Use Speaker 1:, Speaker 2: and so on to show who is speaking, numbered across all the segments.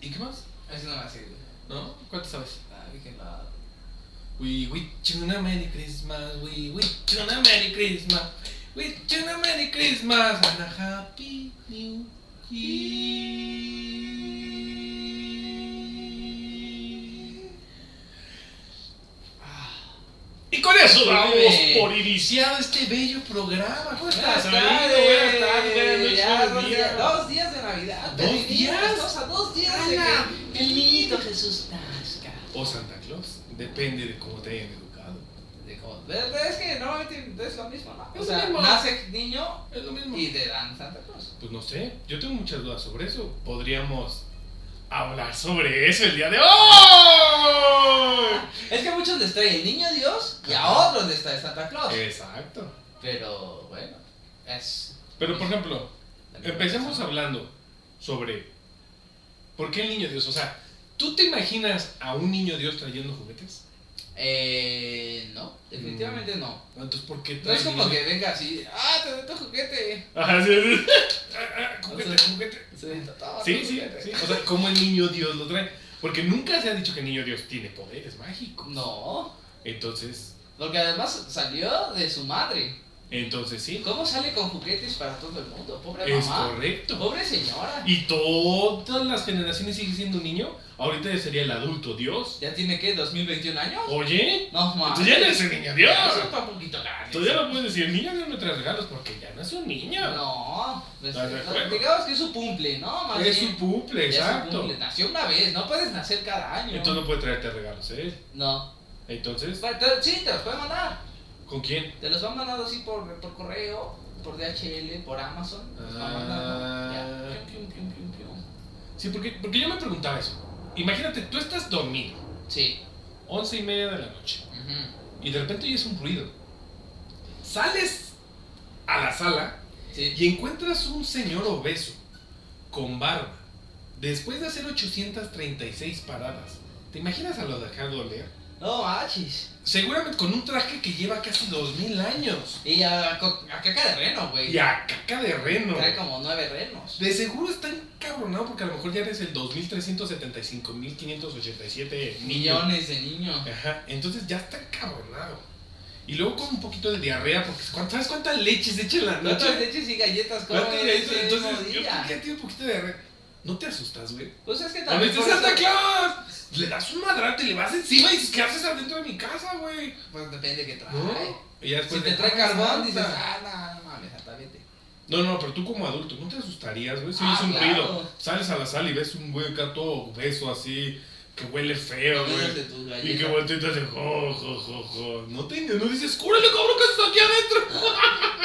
Speaker 1: ¿Y qué más?
Speaker 2: Ese no me hace, güey.
Speaker 1: ¿No? ¿Cuánto sabes?
Speaker 2: Ah, dije nada.
Speaker 1: We wish you a Merry Christmas, we wish you a Merry Christmas, wish you a Merry Christmas and a Happy New Year. Ah.
Speaker 3: Y con eso
Speaker 2: Sí,
Speaker 3: damos
Speaker 2: güey.
Speaker 3: por iniciado.
Speaker 1: Iniciado este bello programa, ¿cómo estás,
Speaker 2: Buenas
Speaker 1: amigo?
Speaker 2: tardes,
Speaker 3: buenas tardes, buenas noches,
Speaker 2: ya,
Speaker 3: buenos
Speaker 2: dos
Speaker 3: días.
Speaker 2: días- Dos días de Navidad.
Speaker 1: ¿Dos
Speaker 2: Feliz
Speaker 1: días?
Speaker 2: Navidad, o sea, dos días de
Speaker 1: ¡Ala!
Speaker 2: que el niñito Jesús nazca.
Speaker 1: O Santa Claus, depende de cómo te hayan educado.
Speaker 2: De cómo- de- de- Es que normalmente es lo mismo, ¿no? O
Speaker 1: Es
Speaker 2: sea,
Speaker 1: lo mismo.
Speaker 2: nace niño
Speaker 1: Es lo mismo.
Speaker 2: y te dan Santa Claus.
Speaker 1: Pues no sé, yo tengo muchas dudas sobre eso. Podríamos hablar sobre eso el día de hoy.
Speaker 2: Es que a muchos les trae el niño Dios y a
Speaker 1: Ajá. Eh.
Speaker 2: otros les trae Santa Claus.
Speaker 1: Exacto.
Speaker 2: Pero bueno, es.
Speaker 1: Pero por ejemplo,
Speaker 2: la misma
Speaker 1: empecemos
Speaker 2: persona.
Speaker 1: hablando sobre por qué el niño Dios. O sea, ¿tú te imaginas a un niño Dios trayendo juguetes?
Speaker 2: Eh. No, definitivamente
Speaker 1: Mm.
Speaker 2: no.
Speaker 1: Entonces, ¿por qué
Speaker 2: No
Speaker 1: trae
Speaker 2: es como
Speaker 1: niños?
Speaker 2: que venga así, ah, te doy tu juguete.
Speaker 1: Ajá, sí, sí. Ah, ah, juguete,
Speaker 2: O sea,
Speaker 1: juguete.
Speaker 2: Toma tu
Speaker 1: Sí, sí,
Speaker 2: juguete.
Speaker 1: sí. O sea, ¿cómo el niño Dios lo trae? Porque nunca se ha dicho que el niño Dios tiene poderes mágicos.
Speaker 2: No,
Speaker 1: Entonces,
Speaker 2: porque además salió de su madre.
Speaker 1: entonces sí.
Speaker 2: ¿Cómo sale con juguetes para todo el mundo? Pobre
Speaker 1: Es
Speaker 2: mamá.
Speaker 1: correcto.
Speaker 2: Pobre señora.
Speaker 1: Y todas las generaciones sigue siendo un niño. Ahorita ya sería el adulto Dios.
Speaker 2: ¿Ya tiene qué? ¿2021 años?
Speaker 1: Oye,
Speaker 2: No, mames.
Speaker 1: tú Pues ya no eres el niño Dios.
Speaker 2: Ya es un papuquito grande.
Speaker 1: Tú Pues ya no puedes decir, niño, no me traes regalos porque ya no es un niño.
Speaker 2: No, pues,
Speaker 1: ¿Estás de acuerdo?
Speaker 2: digamos que es su cumple, ¿no? Más
Speaker 1: es
Speaker 2: bien.
Speaker 1: su puple,
Speaker 2: Ya es su
Speaker 1: exacto.
Speaker 2: cumple. Nació una vez, no puedes nacer cada año.
Speaker 1: Entonces no puede traerte regalos, ¿eh?
Speaker 2: No.
Speaker 1: Entonces,
Speaker 2: Bueno, te- Sí, te los puede mandar.
Speaker 1: ¿con quién?
Speaker 2: Te los van mandando así por, por correo, por DHL, por Amazon. Te Los van mandando.
Speaker 1: Ah.
Speaker 2: Ya. Pium, pium, pium, pium, pium.
Speaker 1: Sí, porque, porque yo me preguntaba eso. Imagínate, tú estás dormido,
Speaker 2: Sí.
Speaker 1: once y media de la noche,
Speaker 2: Ujú.
Speaker 1: y de repente oyes un ruido. Sales a la sala
Speaker 2: Sí.
Speaker 1: y encuentras un señor obeso, con barba, después de hacer 836 paradas. ¿Te imaginas a lo dejado leer?
Speaker 2: No, machis.
Speaker 1: Seguramente con un traje que lleva casi 2000 años.
Speaker 2: Y a, co- a caca de reno, güey.
Speaker 1: Y a caca de reno.
Speaker 2: Trae como nueve renos.
Speaker 1: De seguro está encabronado porque a lo mejor ya eres el 2375.587 niño.
Speaker 2: Millones de niños.
Speaker 1: Ajá, entonces ya está encabronado. Y luego con un poquito de diarrea porque ¿cuántas- ¿sabes cuántas leches echa en la
Speaker 2: Cuántas
Speaker 1: noche?
Speaker 2: leches y galletas comen
Speaker 1: ¿Cuántas leches?
Speaker 2: ese mismo
Speaker 1: Entonces yo creo
Speaker 2: día?
Speaker 1: que ya tiene un poquito de diarrea. ¿No te asustas, güey?
Speaker 2: Pues es que
Speaker 1: A
Speaker 2: también
Speaker 1: veces
Speaker 2: por
Speaker 1: Santa
Speaker 2: eso-
Speaker 1: Claus le das un madrate, le vas encima y dices, ¿qué haces adentro de mi casa, güey?
Speaker 2: Pues depende de qué trae.
Speaker 1: ¿No? Y ya después
Speaker 2: Si te
Speaker 1: de-
Speaker 2: trae
Speaker 1: ah,
Speaker 2: carbón,
Speaker 1: Santa.
Speaker 2: dices, ah, no, no mames, Santa, vete.
Speaker 1: No, no, pero tú como adulto, ¿no te asustarías, güey? Si
Speaker 2: Ah,
Speaker 1: oyes un
Speaker 2: claro.
Speaker 1: ruido, sales a la sala y ves un güey acá todo beso así, que huele feo,
Speaker 2: Cuidas de
Speaker 1: güey.
Speaker 2: tus
Speaker 1: Y que
Speaker 2: galletas.
Speaker 1: volteas y te hace, jo, jo, jo, jo. No, te, no dices, ¡cúrale, cabrón, que está aquí adentro!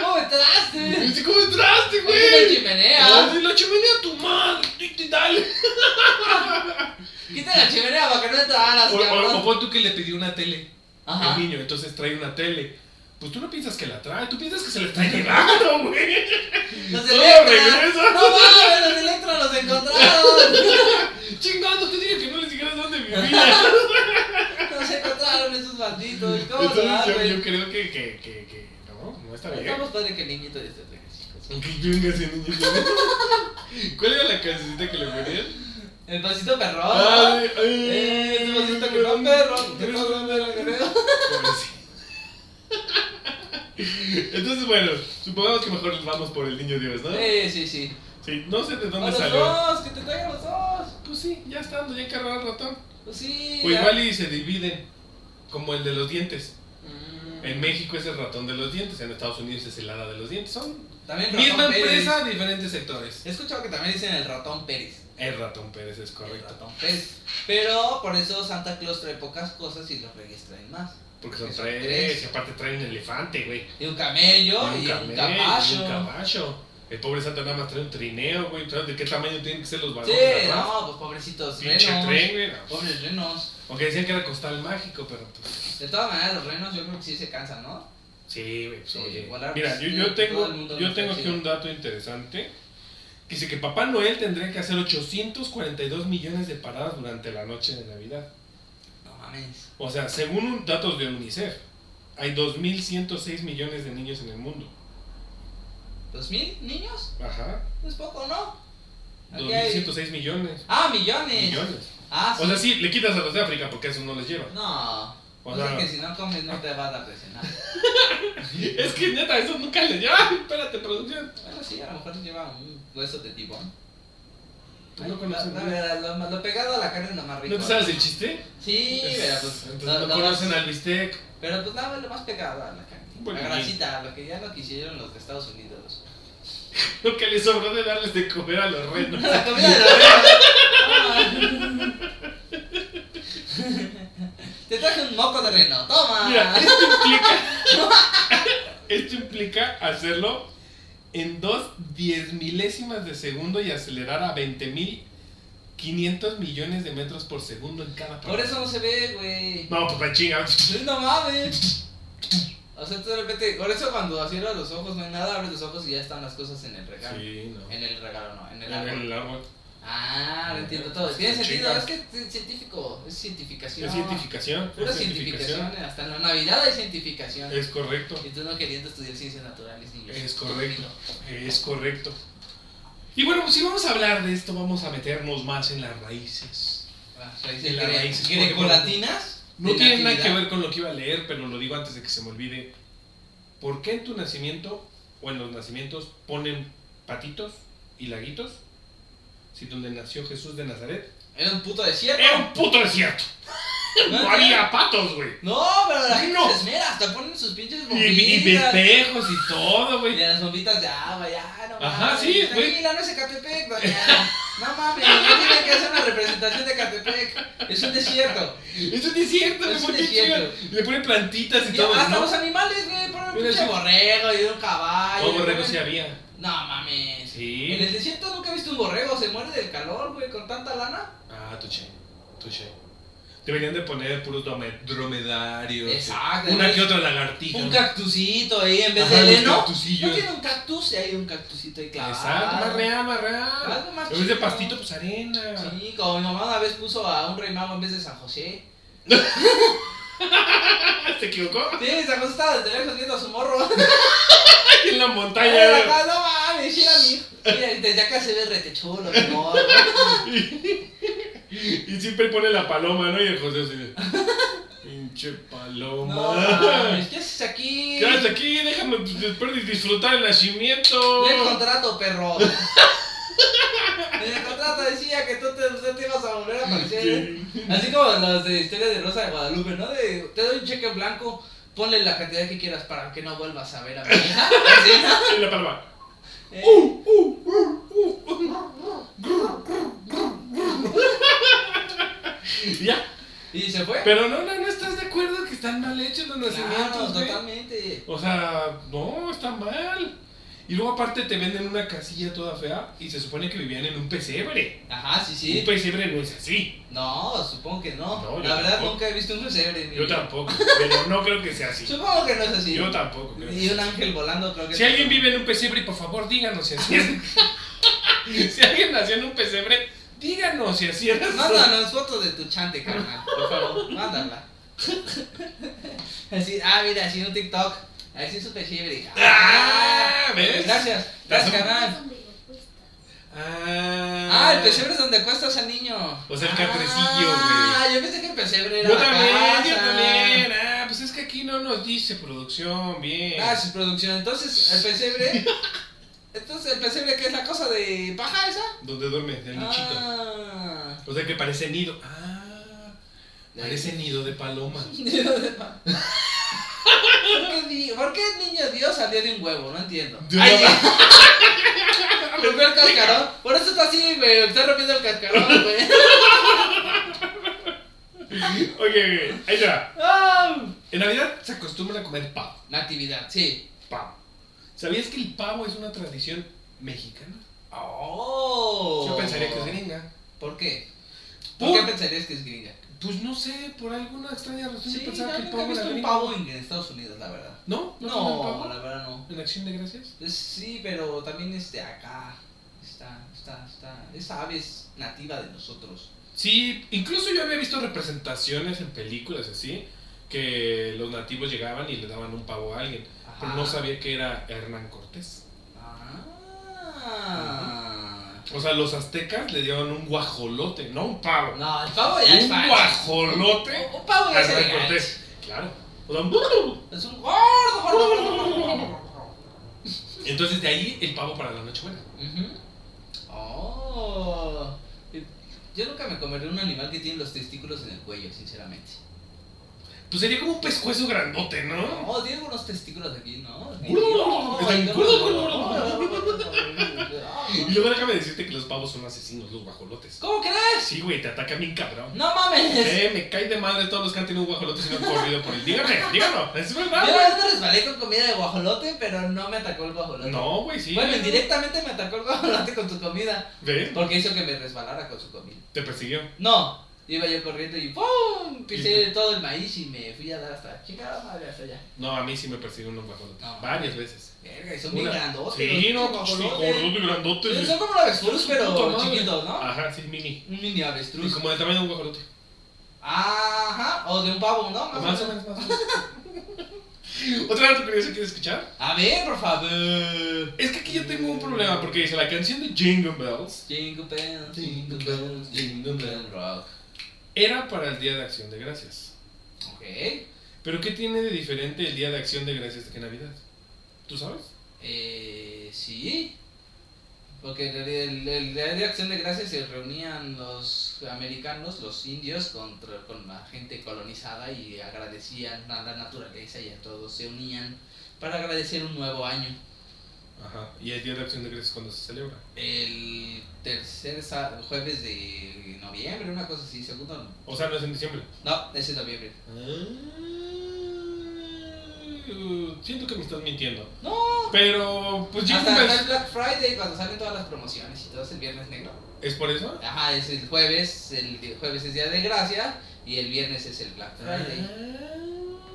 Speaker 2: ¿Cómo
Speaker 1: Y
Speaker 2: entraste?
Speaker 1: dices, ¿cómo entraste, güey?
Speaker 2: Es una chimenea.
Speaker 1: Ay, la chimenea a tu madre! tú- tú Dale.
Speaker 2: Quita la chimenea para que no entraras,
Speaker 1: O, o, o
Speaker 2: cabrón.
Speaker 1: pon tú que le pidió una tele.
Speaker 2: Ajá.
Speaker 1: el niño, entonces trae una tele. Pues tú no piensas que la trae, tú piensas que se la está llevando, güey.
Speaker 2: Los
Speaker 1: Todo
Speaker 2: Electra.
Speaker 1: regresa.
Speaker 2: No mames, los Electra los encontraron.
Speaker 1: Chingando, te dije que no les dijeras dónde vivía.
Speaker 2: Los encontraron esos malditos. ¿Cómo se va,
Speaker 1: Entonces yo, yo
Speaker 2: güey?
Speaker 1: creo que, que, que, que no, no está bien.
Speaker 2: Estamos padre que el niñito esté regresando.
Speaker 1: Que venga ese niño. ¿Cuál era la cancioncita que le ponían?
Speaker 2: El pasito perrón.
Speaker 1: Ay, ay,
Speaker 2: Eh, es un pasito que
Speaker 1: ay,
Speaker 2: no perro.
Speaker 1: ay,
Speaker 2: Que no grande la carrera.
Speaker 1: Pobrecito. Entonces, bueno, supongamos que mejor vamos por el niño Dios, ¿no?
Speaker 2: Sí, Eh, sí, sí.
Speaker 1: Sí, no sé de
Speaker 2: A
Speaker 1: dónde
Speaker 2: los
Speaker 1: salió.
Speaker 2: dos, que te traigan los dos.
Speaker 1: Pues sí, ya estando, ya encargado el ratón.
Speaker 2: Pues sí.
Speaker 1: O
Speaker 2: ya.
Speaker 1: igual y se dividen, como el de los dientes.
Speaker 2: Mm.
Speaker 1: En México es el ratón de los dientes, en Estados Unidos es el hada de los dientes. Son
Speaker 2: También
Speaker 1: misma
Speaker 2: Ratón Pérez.
Speaker 1: empresa, diferentes sectores.
Speaker 2: He escuchado que también dicen el ratón Pérez.
Speaker 1: El ratón Pérez es correcto.
Speaker 2: El ratón Pérez. Pero por eso Santa Claus trae pocas cosas y los reyes traen más.
Speaker 1: Porque son
Speaker 2: Porque son
Speaker 1: tres,
Speaker 2: tres.
Speaker 1: y aparte traen un elefante, güey.
Speaker 2: Y un camello y un,
Speaker 1: camello,
Speaker 2: capacho.
Speaker 1: y un caballo. El pobre Santa nada más trae un trineo, güey. ¿Sabes ¿De qué tamaño tienen que ser los
Speaker 2: Sí,
Speaker 1: vagones? atrás?
Speaker 2: no, pues pobrecitos
Speaker 1: Pinche
Speaker 2: renos.
Speaker 1: tren, güey. no.
Speaker 2: Pobres renos.
Speaker 1: Aunque decían que era costal mágico, pero pues.
Speaker 2: De todas maneras, los renos yo creo que sí se cansan, ¿no?
Speaker 1: Sí, güey, pues
Speaker 2: Sí,
Speaker 1: oye.
Speaker 2: volar,
Speaker 1: Mira, yo,
Speaker 2: pues,
Speaker 1: yo
Speaker 2: sí,
Speaker 1: tengo,
Speaker 2: todo el mundo
Speaker 1: yo
Speaker 2: lo
Speaker 1: tengo
Speaker 2: está
Speaker 1: aquí un dato interesante. que Dice que Papá Noel tendría que hacer 842 millones de paradas durante la noche de Navidad.
Speaker 2: No mames.
Speaker 1: O sea, según un- datos de UNICEF, hay 2.106 millones de niños en el mundo.
Speaker 2: ¿Dos mil niños?
Speaker 1: Ajá.
Speaker 2: Es poco, ¿no? Aquí hay-
Speaker 3: 2.106 millones.
Speaker 2: Ah, millones.
Speaker 3: Millones.
Speaker 2: Ah, sí.
Speaker 1: O sea, sí, le quitas a los de África porque eso no les lleva.
Speaker 2: No.
Speaker 1: O
Speaker 2: O sea,
Speaker 1: sea-
Speaker 2: que si no comes no te va a dar nada.
Speaker 1: Es que neta, eso nunca les lleva. Espérate, producción.
Speaker 2: Bueno, sí, a lo mejor lleva un hueso de tibón.
Speaker 3: Tú no conoces
Speaker 2: La-
Speaker 3: nada.
Speaker 2: la- la- lo, lo pegado a la carne es lo más rico.
Speaker 1: ¿No te sabes el chiste?
Speaker 2: Sí, pero pues.
Speaker 1: Entonces no
Speaker 2: lo- lo
Speaker 1: conocen
Speaker 2: más-
Speaker 1: al bistec.
Speaker 2: Pero pues nada, lo más pegado a la carne.
Speaker 1: Bueno,
Speaker 2: la
Speaker 1: y-
Speaker 2: grasita, lo que ya no quisieron los de Estados Unidos.
Speaker 1: Lo que les sobró de darles de comer a los renos.
Speaker 2: la comida de la reina. Te traje un moco de reno, toma.
Speaker 1: Mira, esto implica. esto implica hacerlo en dos diez milésimas de segundo y acelerar a 20.500 millones de metros por segundo en cada
Speaker 2: Por
Speaker 1: parte.
Speaker 2: eso no se ve, güey.
Speaker 1: No, papá, chinga.
Speaker 2: Sí, No mames. O sea, tú de repente, por eso cuando cierras los ojos no hay nada, abres los ojos y ya están las cosas en el regalo.
Speaker 1: Sí, no.
Speaker 2: En el regalo, no, en el
Speaker 1: En
Speaker 2: árbol.
Speaker 1: el árbol.
Speaker 2: Ah, lo entiendo todo. Tiene
Speaker 1: Sí,
Speaker 2: sentido,
Speaker 1: chica.
Speaker 2: es que es científico, es cientificación.
Speaker 1: Es cientificación.
Speaker 2: Pura
Speaker 1: es
Speaker 2: cientificación, hasta en la Navidad hay cientificación.
Speaker 1: Es correcto.
Speaker 2: Y tú no queriendo estudiar ciencias naturales ni
Speaker 1: Es correcto. Es correcto. Y bueno, pues si vamos a hablar de esto, vamos a meternos más en las raíces.
Speaker 2: Las
Speaker 1: Y las raíces, por
Speaker 2: raíces Ah, gre-
Speaker 1: favor.
Speaker 2: grecolatinas.
Speaker 1: No
Speaker 2: de
Speaker 1: tiene nada que
Speaker 2: natividad.
Speaker 1: ver con lo que iba a leer, pero lo digo antes de que se me olvide. ¿Por qué en tu nacimiento o en los nacimientos ponen patitos y laguitos? Si donde nació Jesús de Nazaret
Speaker 2: Era un puto desierto.
Speaker 1: era un puto desierto. No había patos, güey.
Speaker 2: No, pero la gente
Speaker 1: No.
Speaker 2: se esmera, hasta ponen sus pinches
Speaker 1: Y, y
Speaker 2: bombillas.
Speaker 1: espejos y todo,
Speaker 2: Y
Speaker 1: güey.
Speaker 2: las bombitas de agua, ya, no mames.
Speaker 1: Ajá, sí, güey.
Speaker 2: Tranquila, no es Ecatepec, doña. No mames, no tiene que hacer una representación de Ecatepec. Es un desierto.
Speaker 1: Es un desierto,
Speaker 2: Es
Speaker 1: güey,
Speaker 2: ah, un
Speaker 1: qué
Speaker 2: desierto.
Speaker 1: chido. Le ponen plantitas y,
Speaker 2: Y
Speaker 1: todo.
Speaker 2: hasta
Speaker 1: ¿no?
Speaker 2: los animales, güey, por un
Speaker 1: Mira,
Speaker 2: pinche
Speaker 1: sí.
Speaker 2: borrego y un caballo.
Speaker 1: No, borrego
Speaker 2: güey.
Speaker 1: sí había.
Speaker 2: No mames.
Speaker 1: Sí.
Speaker 2: En el desierto nunca he visto un borrego, se muere del calor, güey, con tanta lana.
Speaker 1: Ah, touché, touché. Deberían de poner puros dome- dromedarios.
Speaker 2: Exacto.
Speaker 1: Una
Speaker 2: güey.
Speaker 1: que otra lagartija.
Speaker 2: Un
Speaker 1: ¿no?
Speaker 2: cactusito ahí en vez
Speaker 1: Ajá,
Speaker 2: de
Speaker 1: los
Speaker 2: heno. No
Speaker 1: cactusillos.
Speaker 2: tiene un cactus y hay un cactusito ahí clavado.
Speaker 1: Exacto, más real, más real.
Speaker 2: Algo más
Speaker 1: en vez de
Speaker 2: chido.
Speaker 1: pastito, pues arena.
Speaker 2: Sí, como mi mamá una vez puso a un rey mago en vez de San José.
Speaker 1: ¿Te Ah, equivocó?
Speaker 2: Sí, San José estaba desde lejos viendo a su morro.
Speaker 1: Ahí en la
Speaker 2: Ay,
Speaker 1: montaña.
Speaker 2: papá, no mames, era mi hijo. Mira, desde acá se ve rete chulo, mi morro.
Speaker 1: y siempre pone la paloma, ¿no? Y el José así de. Pinche paloma.
Speaker 2: No mames, ¿qué haces aquí?
Speaker 1: ¿Qué haces aquí? Déjame pues, después de disfrutar el nacimiento.
Speaker 2: Lee el contrato, perro. En el contrato decía que tú te, tú te ibas a volver a aparecer. ¿eh?
Speaker 1: Sí.
Speaker 2: Así como los de historia de Rosa de Guadalupe, ¿no? De, te doy un cheque en blanco, ponle la cantidad que quieras para que no vuelvas a ver a mi hija. Así, ¿no?
Speaker 1: Y la paloma.
Speaker 2: Eh,
Speaker 1: Uh, uh, uh, uh. Y ya.
Speaker 2: Y se fue.
Speaker 1: Pero no, no, no estás de acuerdo que están mal hechos los
Speaker 2: Claro,
Speaker 1: nacimientos, güey?
Speaker 2: totalmente.
Speaker 1: O sea, no, está mal. Y luego aparte te venden una casilla toda fea y se supone que vivían en un pesebre.
Speaker 2: Ajá, sí,
Speaker 1: Un
Speaker 2: sí.
Speaker 1: pesebre no es así.
Speaker 2: No, supongo que no.
Speaker 1: No, yo
Speaker 2: la verdad
Speaker 1: tampoco.
Speaker 2: nunca he visto un pesebre. en mi
Speaker 1: Yo
Speaker 2: vida.
Speaker 1: tampoco, pero no creo que sea así.
Speaker 2: Supongo que no es así.
Speaker 1: Yo tampoco. creo que
Speaker 2: y
Speaker 1: sea
Speaker 2: un
Speaker 1: así.
Speaker 2: ángel volando, creo que
Speaker 1: Si alguien vive en un pesebre, por favor, díganos si así es. si alguien nació en un pesebre, díganos si así es.
Speaker 2: Mándanos fotos de tu chante, carnal. Por favor, mándala. Así, ah, mira, así un TikTok. Así es un pesebre.
Speaker 1: Ah, ¿ves?
Speaker 2: Gracias. Gracias, carnal.
Speaker 1: Ah,
Speaker 2: Ah, el pesebre es donde acuestas al niño.
Speaker 1: O sea, el
Speaker 2: catrecillo,
Speaker 1: catrecillo,
Speaker 2: Ah, yo pensé que el pesebre era
Speaker 1: Yo
Speaker 2: la
Speaker 1: también, yo
Speaker 2: casa.
Speaker 1: también. Ah, pues es que aquí no nos dice producción, bien.
Speaker 2: Gracias, Ah, producción. Entonces, el pesebre. Entonces, el pesebre que es la cosa de paja esa.
Speaker 1: ¿Dónde duerme? El nichito.
Speaker 2: Ah.
Speaker 1: O sea que parece nido. Ah, parece nido de paloma.
Speaker 2: ¿Por qué, di- por qué el niño Dios salió de un huevo? No entiendo.
Speaker 1: De
Speaker 2: Ay,
Speaker 1: una-
Speaker 2: sí. Rompió el cascarón. Por eso está así, güey. Está rompiendo el cascarón, güey.
Speaker 1: Oye, ahí te va.
Speaker 2: Ah.
Speaker 1: En Navidad se acostumbra a comer pavo.
Speaker 2: Natividad, sí.
Speaker 1: Pavo. ¿Sabías que el pavo es una tradición mexicana?
Speaker 2: Oh.
Speaker 1: Yo pensaría que es gringa.
Speaker 2: ¿Por qué? ¿Por
Speaker 1: Por-
Speaker 2: qué pensarías que es gringa?
Speaker 1: Pues no sé, por alguna extraña razón
Speaker 2: Sí,
Speaker 1: yo
Speaker 2: yo
Speaker 1: pensaba que el
Speaker 2: nunca he
Speaker 1: pavo
Speaker 2: visto
Speaker 1: era
Speaker 2: un
Speaker 1: gringo.
Speaker 2: pavo en, en Estados Unidos, la verdad.
Speaker 1: ¿No? ¿No, comen
Speaker 2: No,
Speaker 1: pavo?
Speaker 2: la verdad no.
Speaker 1: ¿En acción de gracias?
Speaker 2: Es- Sí, pero también es de acá. Está, está, está. Esa ave es nativa de nosotros.
Speaker 1: Sí, incluso yo había visto representaciones en películas así, que los nativos llegaban y le daban un pavo a alguien,
Speaker 2: Ah.
Speaker 1: pero no
Speaker 2: Ajá.
Speaker 1: sabía que era Hernán Cortés.
Speaker 2: Ah.
Speaker 1: O sea, los aztecas le dieron un guajolote, no un pavo.
Speaker 2: No, el pavo ya es
Speaker 1: un
Speaker 2: fan.
Speaker 1: guajolote
Speaker 2: Un pavo
Speaker 1: a
Speaker 2: ya se
Speaker 1: Hernán
Speaker 2: regaña.
Speaker 1: Cortés. Claro. O sea, un-
Speaker 2: Es un gordo, gordo, gordo, gordo, gordo, gordo.
Speaker 1: Entonces de ahí el pavo para la nochebuena.
Speaker 2: Ujú. Oh. Yo nunca me comería un animal que tiene los testículos en el cuello, sinceramente.
Speaker 1: Pues sería como un pescuezo grandote, ¿no?
Speaker 2: No, tiene unos testículos aquí, ¿no?
Speaker 1: Están- Y
Speaker 2: ¿Cómo
Speaker 1: luego déjame decirte que los pavos son asesinos, los guajolotes.
Speaker 2: crees?
Speaker 1: Sí, güey, te atacan bien cabrón.
Speaker 2: No mames.
Speaker 1: Eh, me cae de madre todos los que han tenido un guajolote y no han corrido por él. Dígame, dígalo, es
Speaker 2: Yo
Speaker 1: verdad.
Speaker 2: la vez me resbalé con comida de guajolote, pero no me atacó el guajolote.
Speaker 1: No, güey, sí.
Speaker 2: Bueno, indirectamente me atacó el guajolote con tu comida,
Speaker 1: Ve,
Speaker 2: porque hizo que me resbalara con su comida.
Speaker 1: te persiguió.
Speaker 2: No, iba yo corriendo y ¡pum! Pisé todo el maíz y me fui a dar hasta chingada madre hasta allá.
Speaker 1: No, a mí sí me persiguió unos guajolotes.
Speaker 2: No.
Speaker 1: Varias veces.
Speaker 2: Verga, y Ah. son bien
Speaker 1: Una-
Speaker 2: grandotes.
Speaker 1: Sí,
Speaker 2: los
Speaker 1: no, pues,
Speaker 2: pinches
Speaker 1: sí,
Speaker 2: guajolotes.
Speaker 1: gordote y grandote.
Speaker 2: Son como los avestruz,
Speaker 1: Puta
Speaker 2: pero
Speaker 1: madre.
Speaker 2: chiquitos, ¿no?
Speaker 1: Ajá, sí, mini.
Speaker 2: Un mini
Speaker 1: Y
Speaker 2: avestruz.
Speaker 1: como del tamaño de un guajolote.
Speaker 2: Ajá, o de un pavo, ¿no? Más o
Speaker 1: Más o
Speaker 2: menos.
Speaker 1: menos, más o menos. Otra dato curioso que quieres escuchar.
Speaker 2: A ver, por favor.
Speaker 1: Es que aquí yo tengo un problema porque dice la canción de Jingle Bells
Speaker 2: Jingle
Speaker 1: Jingle
Speaker 2: bells, jingle
Speaker 1: bells,
Speaker 2: bells,
Speaker 1: jingle
Speaker 2: jingle
Speaker 1: bell
Speaker 2: bell rock.
Speaker 1: era para el Día de Acción de Gracias.
Speaker 2: Ok.
Speaker 1: Pero ¿qué tiene de diferente el Día de Acción de Gracias que Navidad? ¿Tú sabes?
Speaker 2: Eh, sí. Porque en realidad el, el Día de Acción de Gracias se reunían los americanos, los indios, contra, con la gente colonizada y agradecían a la naturaleza y a todos. Se unían para agradecer un nuevo año.
Speaker 1: Ajá. ¿Y el Día de Acción de Gracias cuando se celebra?
Speaker 2: El tercer sa- jueves de noviembre, una cosa así, segundo. no.
Speaker 1: O sea, no es en diciembre.
Speaker 2: No, ese es noviembre.
Speaker 1: Ah, Siento que me estás mintiendo.
Speaker 2: No,
Speaker 1: Pero, pues Jingle
Speaker 2: hasta, hasta
Speaker 1: Bells-
Speaker 2: el Black Friday, cuando salen todas las promociones y todo es el viernes negro.
Speaker 1: ¿Es por eso?
Speaker 2: Ajá, es el jueves, el di- jueves es día de gracia y el viernes es el Black Friday.
Speaker 1: Ah.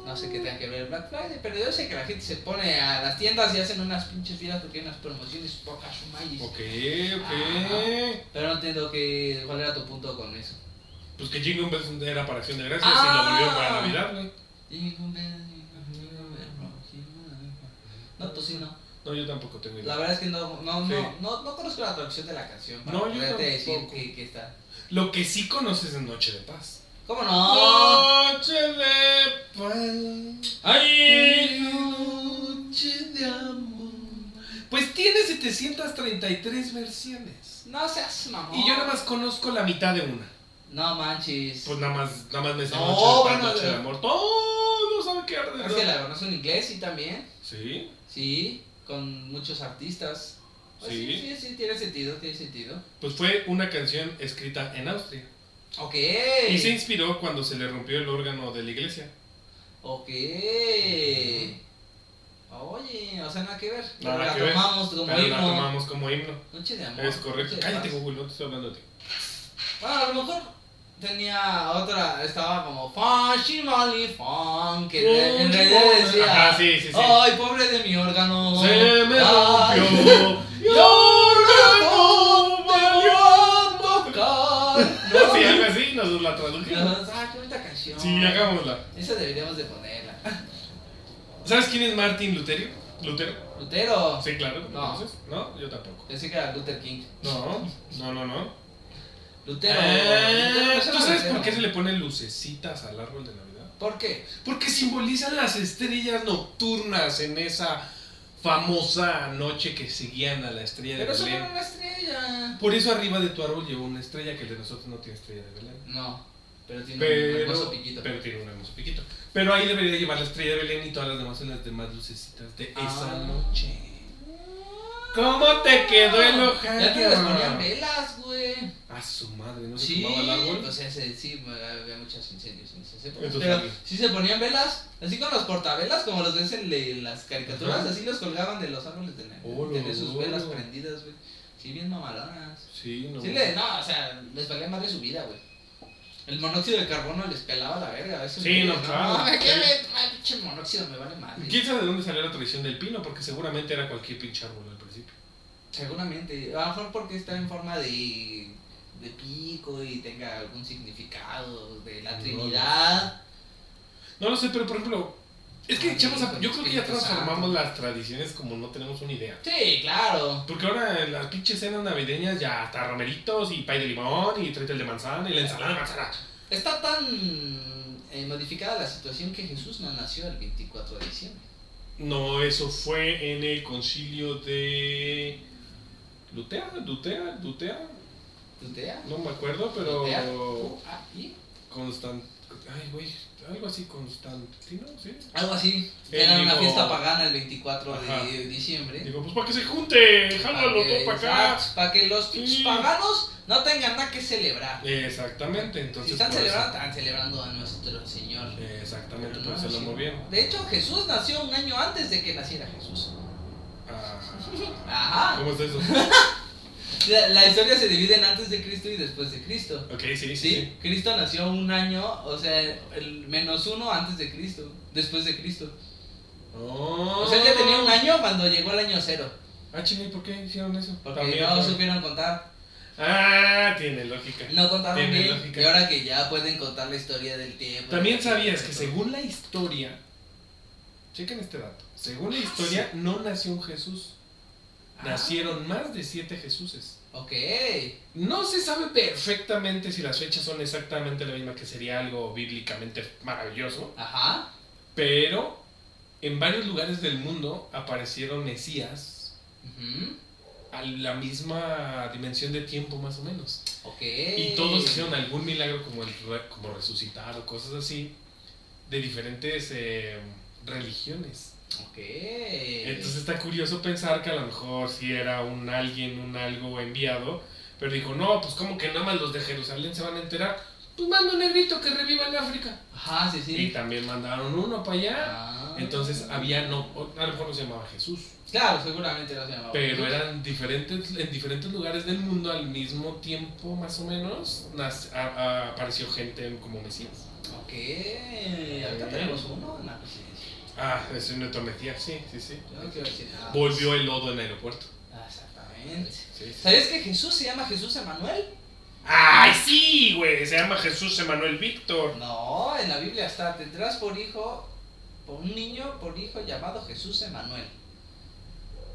Speaker 2: No sé qué tenga que ver el Black Friday, pero yo sé que la gente se pone a las tiendas y hacen unas pinches filas porque hay unas promociones pocas sumayas.
Speaker 1: Ok,
Speaker 2: Ah.
Speaker 1: ok.
Speaker 2: Pero no entiendo que, cuál era tu punto con eso.
Speaker 1: Pues que Jingle Bells era para Acción de Gracias y
Speaker 2: Ah.
Speaker 1: lo volvieron para Navidad, güey.
Speaker 2: No, pues sí, no.
Speaker 1: No, yo tampoco tengo idea.
Speaker 2: La verdad es que no, no,
Speaker 1: Sí.
Speaker 2: no, no, no conozco la traducción de la canción para
Speaker 1: No, yo
Speaker 2: poderte decir
Speaker 1: tampoco.
Speaker 2: que, que está.
Speaker 1: Lo que sí conoces es Noche de Paz.
Speaker 2: ¿Cómo no?
Speaker 1: Noche de Paz.
Speaker 2: ¡Ay!
Speaker 1: Noche de amor. Pues tiene 733 versiones.
Speaker 2: No seas mamón.
Speaker 1: Y yo nada más conozco la mitad de una.
Speaker 2: No manches.
Speaker 1: Pues nada más, nada más me sé
Speaker 2: No,
Speaker 1: Noche de Paz,
Speaker 2: bueno,
Speaker 1: Noche de
Speaker 2: eh.
Speaker 1: Amor. Todo sabe que arde.
Speaker 2: Es que la conozco en inglés y también.
Speaker 1: Sí.
Speaker 2: Sí, con muchos artistas. Pues sí.
Speaker 1: Sí.
Speaker 2: sí, sí, tiene sentido, tiene sentido.
Speaker 1: Pues fue una canción escrita en Austria.
Speaker 2: Ok.
Speaker 1: Y se inspiró cuando se le rompió el órgano de la iglesia.
Speaker 2: Ok. Oye, o sea, nada que ver. Pero
Speaker 1: Nada
Speaker 2: la
Speaker 1: que ver.
Speaker 2: tomamos como
Speaker 1: Pero la
Speaker 2: himno.
Speaker 1: tomamos como himno.
Speaker 2: Noche de amor.
Speaker 1: Es correcto.
Speaker 2: noche de
Speaker 1: Cállate,
Speaker 2: paz.
Speaker 1: Google, no te estoy hablando a ti.
Speaker 2: Bueno, a lo mejor tenía otra, estaba como Funky Molly Funk. Que en- en realidad decía.
Speaker 1: Ajá, sí, sí, sí.
Speaker 2: Ay, pobre de mi órgano.
Speaker 1: Se me
Speaker 2: Ay,
Speaker 1: rompió.
Speaker 2: Y ahora no
Speaker 1: Sí, algo así, nos la tradujimos.
Speaker 2: Ah, qué bonita canción.
Speaker 1: Sí, hagámosla.
Speaker 2: Esa deberíamos de ponerla.
Speaker 1: ¿Sabes quién es Martín Lutero? ¿Lutero?
Speaker 2: Lutero.
Speaker 1: Sí, claro. ¿lo
Speaker 2: No.
Speaker 1: conoces? No, yo tampoco.
Speaker 2: Pensé que era Luther King.
Speaker 1: No, no, no, no.
Speaker 2: Lutero.
Speaker 1: Eh,
Speaker 2: Lutero, ¿no
Speaker 1: ¿Tú sabes
Speaker 2: Lutero?
Speaker 1: por qué se le ponen lucecitas al árbol de Navidad?
Speaker 2: ¿Por qué?
Speaker 1: Porque simbolizan las estrellas nocturnas en esa famosa noche que seguían a la estrella de
Speaker 2: Pero eso no
Speaker 1: Belén.
Speaker 2: era una estrella.
Speaker 1: Por eso arriba de tu árbol lleva una estrella que el de nosotros no tiene estrella de Belén.
Speaker 2: No, pero tiene un
Speaker 1: Pero,
Speaker 2: hermoso piquito.
Speaker 1: pero tiene un hermoso piquito. Pero ahí debería llevar la estrella de Belén y todas las demás son las demás lucecitas de esa
Speaker 2: Ah.
Speaker 1: noche. ¿Cómo te quedó el ojal?
Speaker 2: Ya te las ponían velas, güey.
Speaker 1: A su madre, ¿no se
Speaker 2: Sí, pues,
Speaker 1: quemaba el árbol?
Speaker 2: o sea, se- sí, había muchos incendios en esas épocas.
Speaker 1: Entonces,
Speaker 2: Pero
Speaker 1: ¿qué?
Speaker 2: sí se ponían velas, así con los portavelas, como los ves en le- en las caricaturas,
Speaker 1: Ajá. Oh,
Speaker 2: así los colgaban de los árboles de Navidad.
Speaker 1: Olo,
Speaker 2: tener sus velas
Speaker 1: olo.
Speaker 2: prendidas, güey. Sí, bien mamalonas.
Speaker 1: sí, no.
Speaker 2: Sí, le, no, o sea, les valía madre su vida, güey. El monóxido de carbono les pelaba la verga. a veces,
Speaker 1: Sí,
Speaker 2: güey,
Speaker 1: no, claro,
Speaker 2: No, me ah,
Speaker 1: sí.
Speaker 2: pinche monóxido, me vale madre.
Speaker 1: ¿Quién sabe de dónde salió la tradición del pino? Porque seguramente era cualquier pinche árbol al principio.
Speaker 2: Seguramente, a lo mejor porque está en forma de, de pico y tenga algún significado de la
Speaker 1: No, no.
Speaker 2: Trinidad.
Speaker 1: No lo sé, pero por ejemplo, Es que,
Speaker 2: Ay,
Speaker 1: chavos,
Speaker 2: con
Speaker 1: yo creo que ya
Speaker 2: Espíritu Santo.
Speaker 1: transformamos las tradiciones como no tenemos una idea.
Speaker 2: Sí, claro.
Speaker 1: Porque ahora en las pinches cenas navideñas ya hasta romeritos y pay de limón y tretel de manzana y la ensalada de manzana.
Speaker 2: Está tan eh, modificada la situación que Jesús no nació el 24 de diciembre.
Speaker 1: No, eso fue en el concilio de... Lutea, Lutea, Lutea.
Speaker 2: ¿Tutea?
Speaker 1: No me acuerdo, pero...
Speaker 2: ¿Tutea? ¿U-A-I?
Speaker 1: Constant... Ay, güey, algo así, Constantino, ¿sí?
Speaker 2: Algo así.
Speaker 1: Eh,
Speaker 2: Era una
Speaker 1: digo-
Speaker 2: fiesta pagana el 24
Speaker 1: Ajá.
Speaker 2: de diciembre. Ah,
Speaker 1: Digo, pues para que se junte, jálalo todo para acá.
Speaker 2: Para que los
Speaker 1: Sí.
Speaker 2: pinches paganos no tengan nada que celebrar.
Speaker 1: Exactamente,
Speaker 2: Si
Speaker 1: entonces...
Speaker 2: están
Speaker 1: por eso-
Speaker 2: celebrando, Ah, están celebrando a nuestro Señor.
Speaker 1: Exactamente,
Speaker 2: Pero
Speaker 1: por
Speaker 2: no
Speaker 1: eso lo
Speaker 2: nació.
Speaker 1: movieron.
Speaker 2: De hecho, Jesús nació un año antes de que naciera Jesús.
Speaker 1: Ah,
Speaker 2: Ajá.
Speaker 1: ¿Cómo está eso?
Speaker 2: La, la historia se divide en antes de Cristo y después de Cristo.
Speaker 1: Ok, sí, sí.
Speaker 2: Sí,
Speaker 1: sí.
Speaker 2: Cristo nació un año, o sea, el menos uno antes de Cristo, después de Cristo.
Speaker 1: Oh.
Speaker 2: O sea, él ya tenía un año cuando llegó el año cero,
Speaker 1: Ah, chingue, ¿por qué hicieron eso?
Speaker 2: porque
Speaker 1: También,
Speaker 2: no
Speaker 1: también.
Speaker 2: supieron contar,
Speaker 1: Ah, tiene lógica.
Speaker 2: no contaron
Speaker 1: Tiene
Speaker 2: bien,
Speaker 1: lógica.
Speaker 2: y ahora que ya pueden contar la historia del tiempo.
Speaker 1: También
Speaker 2: del-
Speaker 1: sabías
Speaker 2: de
Speaker 1: que
Speaker 2: todo.
Speaker 1: según la historia, chequen este dato, según la historia no nació un Jesús,
Speaker 2: Ah.
Speaker 1: nacieron más de siete Jesuses.
Speaker 2: Ok,
Speaker 1: No se sabe perfectamente si las fechas son exactamente la misma, que sería algo bíblicamente maravilloso,
Speaker 2: ajá,
Speaker 1: pero en varios lugares del mundo aparecieron Mesías
Speaker 2: ujú,
Speaker 1: a la misma dimensión de tiempo más o menos.
Speaker 2: ok.
Speaker 1: Y todos hicieron algún milagro como, el, re- como resucitar o cosas así de diferentes eh, religiones.
Speaker 2: Ok. Eh.
Speaker 1: Entonces está curioso pensar que a lo mejor si era un alguien, un algo enviado, pero dijo, no, pues como que nada más los de Jerusalén se van a enterar, pues manda un negrito que reviva en África.
Speaker 2: Ajá, sí,
Speaker 1: Y
Speaker 2: sí.
Speaker 1: también mandaron uno para allá.
Speaker 2: Ah.
Speaker 1: Entonces había, no, o- a lo mejor no se llamaba Jesús,
Speaker 2: Claro, seguramente no se llamaba.
Speaker 1: pero eran diferentes, en diferentes lugares del mundo al mismo tiempo más o menos, nas- a- a- apareció gente como Mesías.
Speaker 2: Ok, acá tenemos uno en la presidencia.
Speaker 1: Ah, es un Mesías, sí, sí, sí.
Speaker 2: Yo no quiero decir nada.
Speaker 1: Volvió el lodo en el aeropuerto.
Speaker 2: Ah, Exactamente.
Speaker 1: Sí, sí.
Speaker 2: ¿Sabías que Jesús se llama Jesús Emanuel?
Speaker 1: ¡Ay, sí, güey! Se llama Jesús Emanuel Víctor.
Speaker 2: No, en la Biblia está, tendrás por hijo, por un niño, por hijo llamado Jesús Emanuel.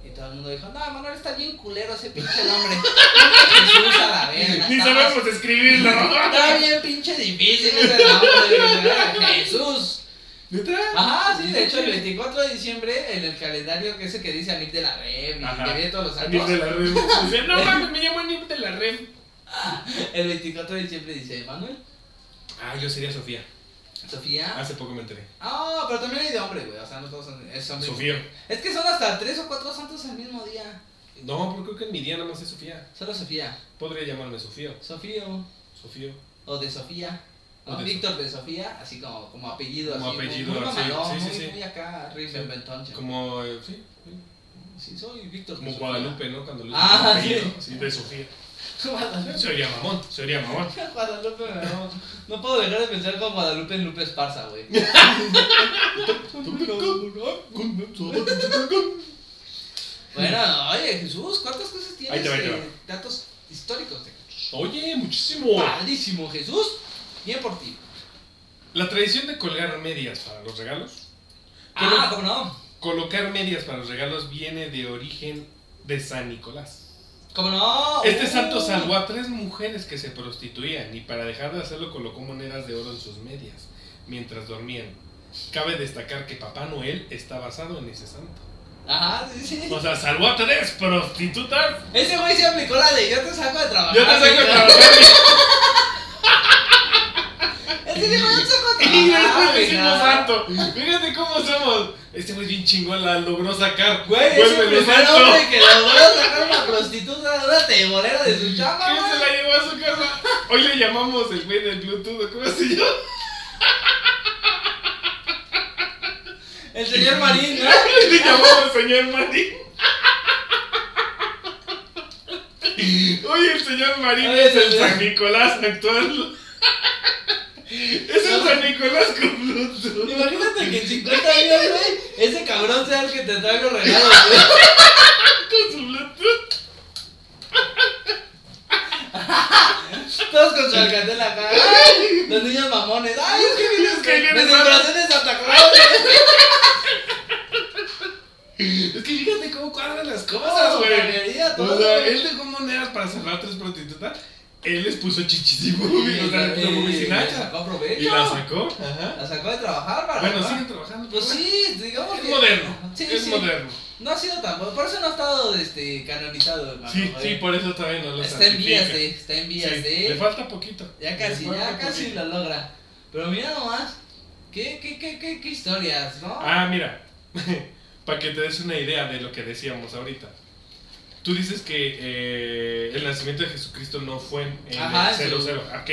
Speaker 2: Y todo el mundo dijo, no, Emanuel está bien culero ese pinche nombre. Jesús a la verga.
Speaker 1: Ni
Speaker 2: está
Speaker 1: sabemos escribirlo.
Speaker 2: más- Está bien pinche difícil ese nombre. Jesús.
Speaker 1: ¿Neta?
Speaker 2: Ajá, sí, de hecho el 24 de diciembre en el calendario que ese que dice Anip de la Rev y
Speaker 1: Ajá.
Speaker 2: que viene todos los
Speaker 1: Anip
Speaker 2: años.
Speaker 1: Ah, de la Red. O sea, no mames, me llamo Anip de la Red.
Speaker 2: El 24 de diciembre dice Emanuel,
Speaker 1: Ah, yo sería Sofía.
Speaker 2: Sofía.
Speaker 1: Hace poco me enteré.
Speaker 2: Ah, pero también hay de hombre, güey. O sea, no todos son. Es, hombre.
Speaker 1: Sofía.
Speaker 2: es que son hasta tres o cuatro santos al mismo día.
Speaker 1: No, porque creo que en mi día nada más es Sofía.
Speaker 2: Solo Sofía.
Speaker 1: Podría llamarme Sofía.
Speaker 2: Sofío.
Speaker 1: Sofía.
Speaker 2: O de Sofía.
Speaker 1: O
Speaker 2: ¿no?
Speaker 1: de
Speaker 2: Víctor de Sofía, así como, como apellido.
Speaker 1: Como
Speaker 2: así, muy-
Speaker 1: apellido,
Speaker 2: muy,
Speaker 1: sí,
Speaker 2: mamalón,
Speaker 1: sí, sí,
Speaker 2: muy,
Speaker 1: sí.
Speaker 2: muy acá, Riff
Speaker 1: Sí.
Speaker 2: en Bentonche.
Speaker 1: Como, eh, sí, sí.
Speaker 2: Sí, soy Víctor. de
Speaker 1: Como
Speaker 2: Sofía.
Speaker 1: Guadalupe, ¿no? Cuando le
Speaker 2: Ah,
Speaker 1: dicen apellido,
Speaker 2: sí.
Speaker 1: sí, de Sofía.
Speaker 2: Guadalupe.
Speaker 1: Se oía mamón, se oía mamón.
Speaker 2: Guadalupe, me amó. No puedo dejar de pensar con Guadalupe en Lupe Esparza, güey. Bueno, oye, Jesús, ¿cuántas cosas tienes?
Speaker 1: Ahí te va, ahí te va.
Speaker 2: eh, datos históricos de Jesús.
Speaker 1: Oye, muchísimo.
Speaker 2: Padrísimo, Jesús. Bien por ti.
Speaker 1: La tradición de colgar medias para los regalos.
Speaker 2: Ah, ¿cómo no?
Speaker 1: Colocar medias para los regalos viene de origen de San Nicolás.
Speaker 2: ¿Cómo no?
Speaker 1: Este
Speaker 2: Uh.
Speaker 1: santo salvó a tres mujeres que se prostituían y para dejar de hacerlo colocó monedas de oro en sus medias mientras dormían. Cabe destacar que Papá Noel está basado en ese santo.
Speaker 2: Ajá, sí, sí.
Speaker 1: O sea, salvó a tres prostitutas.
Speaker 2: Ese güey se aplicó la de yo te saco de trabajar.
Speaker 1: Yo te saco de
Speaker 2: güey.
Speaker 1: trabajar.
Speaker 2: Este dijo yo te saco de
Speaker 1: Y después
Speaker 2: trabajar.
Speaker 1: le hicimos
Speaker 2: güey,
Speaker 1: santo. Fíjate cómo somos. Este güey bien chingón la logró sacar.
Speaker 2: Güey, es el
Speaker 1: Vuelve de
Speaker 2: primer
Speaker 1: santo.
Speaker 2: hombre que logró sacar una prostituta, una tebolera de su chamba,
Speaker 1: ¿Quién se
Speaker 2: güey.
Speaker 1: la llevó a su casa? Hoy le llamamos el güey del Bluetooth, ¿o ¿cómo se llama?
Speaker 2: El señor Marín, ¿no?
Speaker 1: Le llamamos señor Marín. Oye, el señor Marín
Speaker 2: Oye,
Speaker 1: es el
Speaker 2: señor.
Speaker 1: San Nicolás actual. Es el San Nicolás con Bluetooth.
Speaker 2: Imagínate que en 50 años, güey, ese cabrón sea el que te traiga los regalos, güey.
Speaker 1: Con su Bluetooth.
Speaker 2: Todos con su alcantela acá. Ay, Los niños mamones. Ay, es que vienes
Speaker 1: Es que ahí viene
Speaker 2: Me
Speaker 1: Santa.
Speaker 2: disfrazé de Santa Claus. güey.
Speaker 1: Es que fíjate cómo cuadran las cosas,
Speaker 2: Todo,
Speaker 1: güey.
Speaker 2: mayoría,
Speaker 1: O
Speaker 2: todo.
Speaker 1: sea, él dejó monedas para salvar a tres prostitutas. Él les puso chichis y boobies, o sea,
Speaker 2: Y-
Speaker 1: como
Speaker 2: y-
Speaker 1: boobies sin
Speaker 2: y la
Speaker 1: hacha.
Speaker 2: sacó
Speaker 1: Y
Speaker 2: provecho.
Speaker 1: la sacó. Ajá.
Speaker 2: La sacó de trabajar para.
Speaker 1: Bueno,
Speaker 2: jugar.
Speaker 1: siguen trabajando.
Speaker 2: Pues
Speaker 1: pero
Speaker 2: sí, digamos
Speaker 1: Es
Speaker 2: que-
Speaker 1: moderno.
Speaker 2: Sí,
Speaker 1: es
Speaker 2: sí.
Speaker 1: moderno.
Speaker 2: No ha sido tan. Por eso no ha estado este, canonizado. hermano,
Speaker 1: Sí,
Speaker 2: güey.
Speaker 1: sí, por eso todavía no lo
Speaker 2: Está en vías
Speaker 1: santifica.
Speaker 2: de. Está en vías
Speaker 1: Sí,
Speaker 2: de.
Speaker 1: Le falta poquito.
Speaker 2: Ya casi,
Speaker 1: Le falta
Speaker 2: ya casi
Speaker 1: poquito.
Speaker 2: lo logra. Pero mira nomás. ¿Qué, qué, qué, qué, qué historias, no?
Speaker 1: Ah, mira. Para que te des una idea de lo que decíamos ahorita. Tú dices que eh, el nacimiento de Jesucristo no fue en en
Speaker 2: Ajá,
Speaker 1: el
Speaker 2: sí.
Speaker 1: 00. Ok.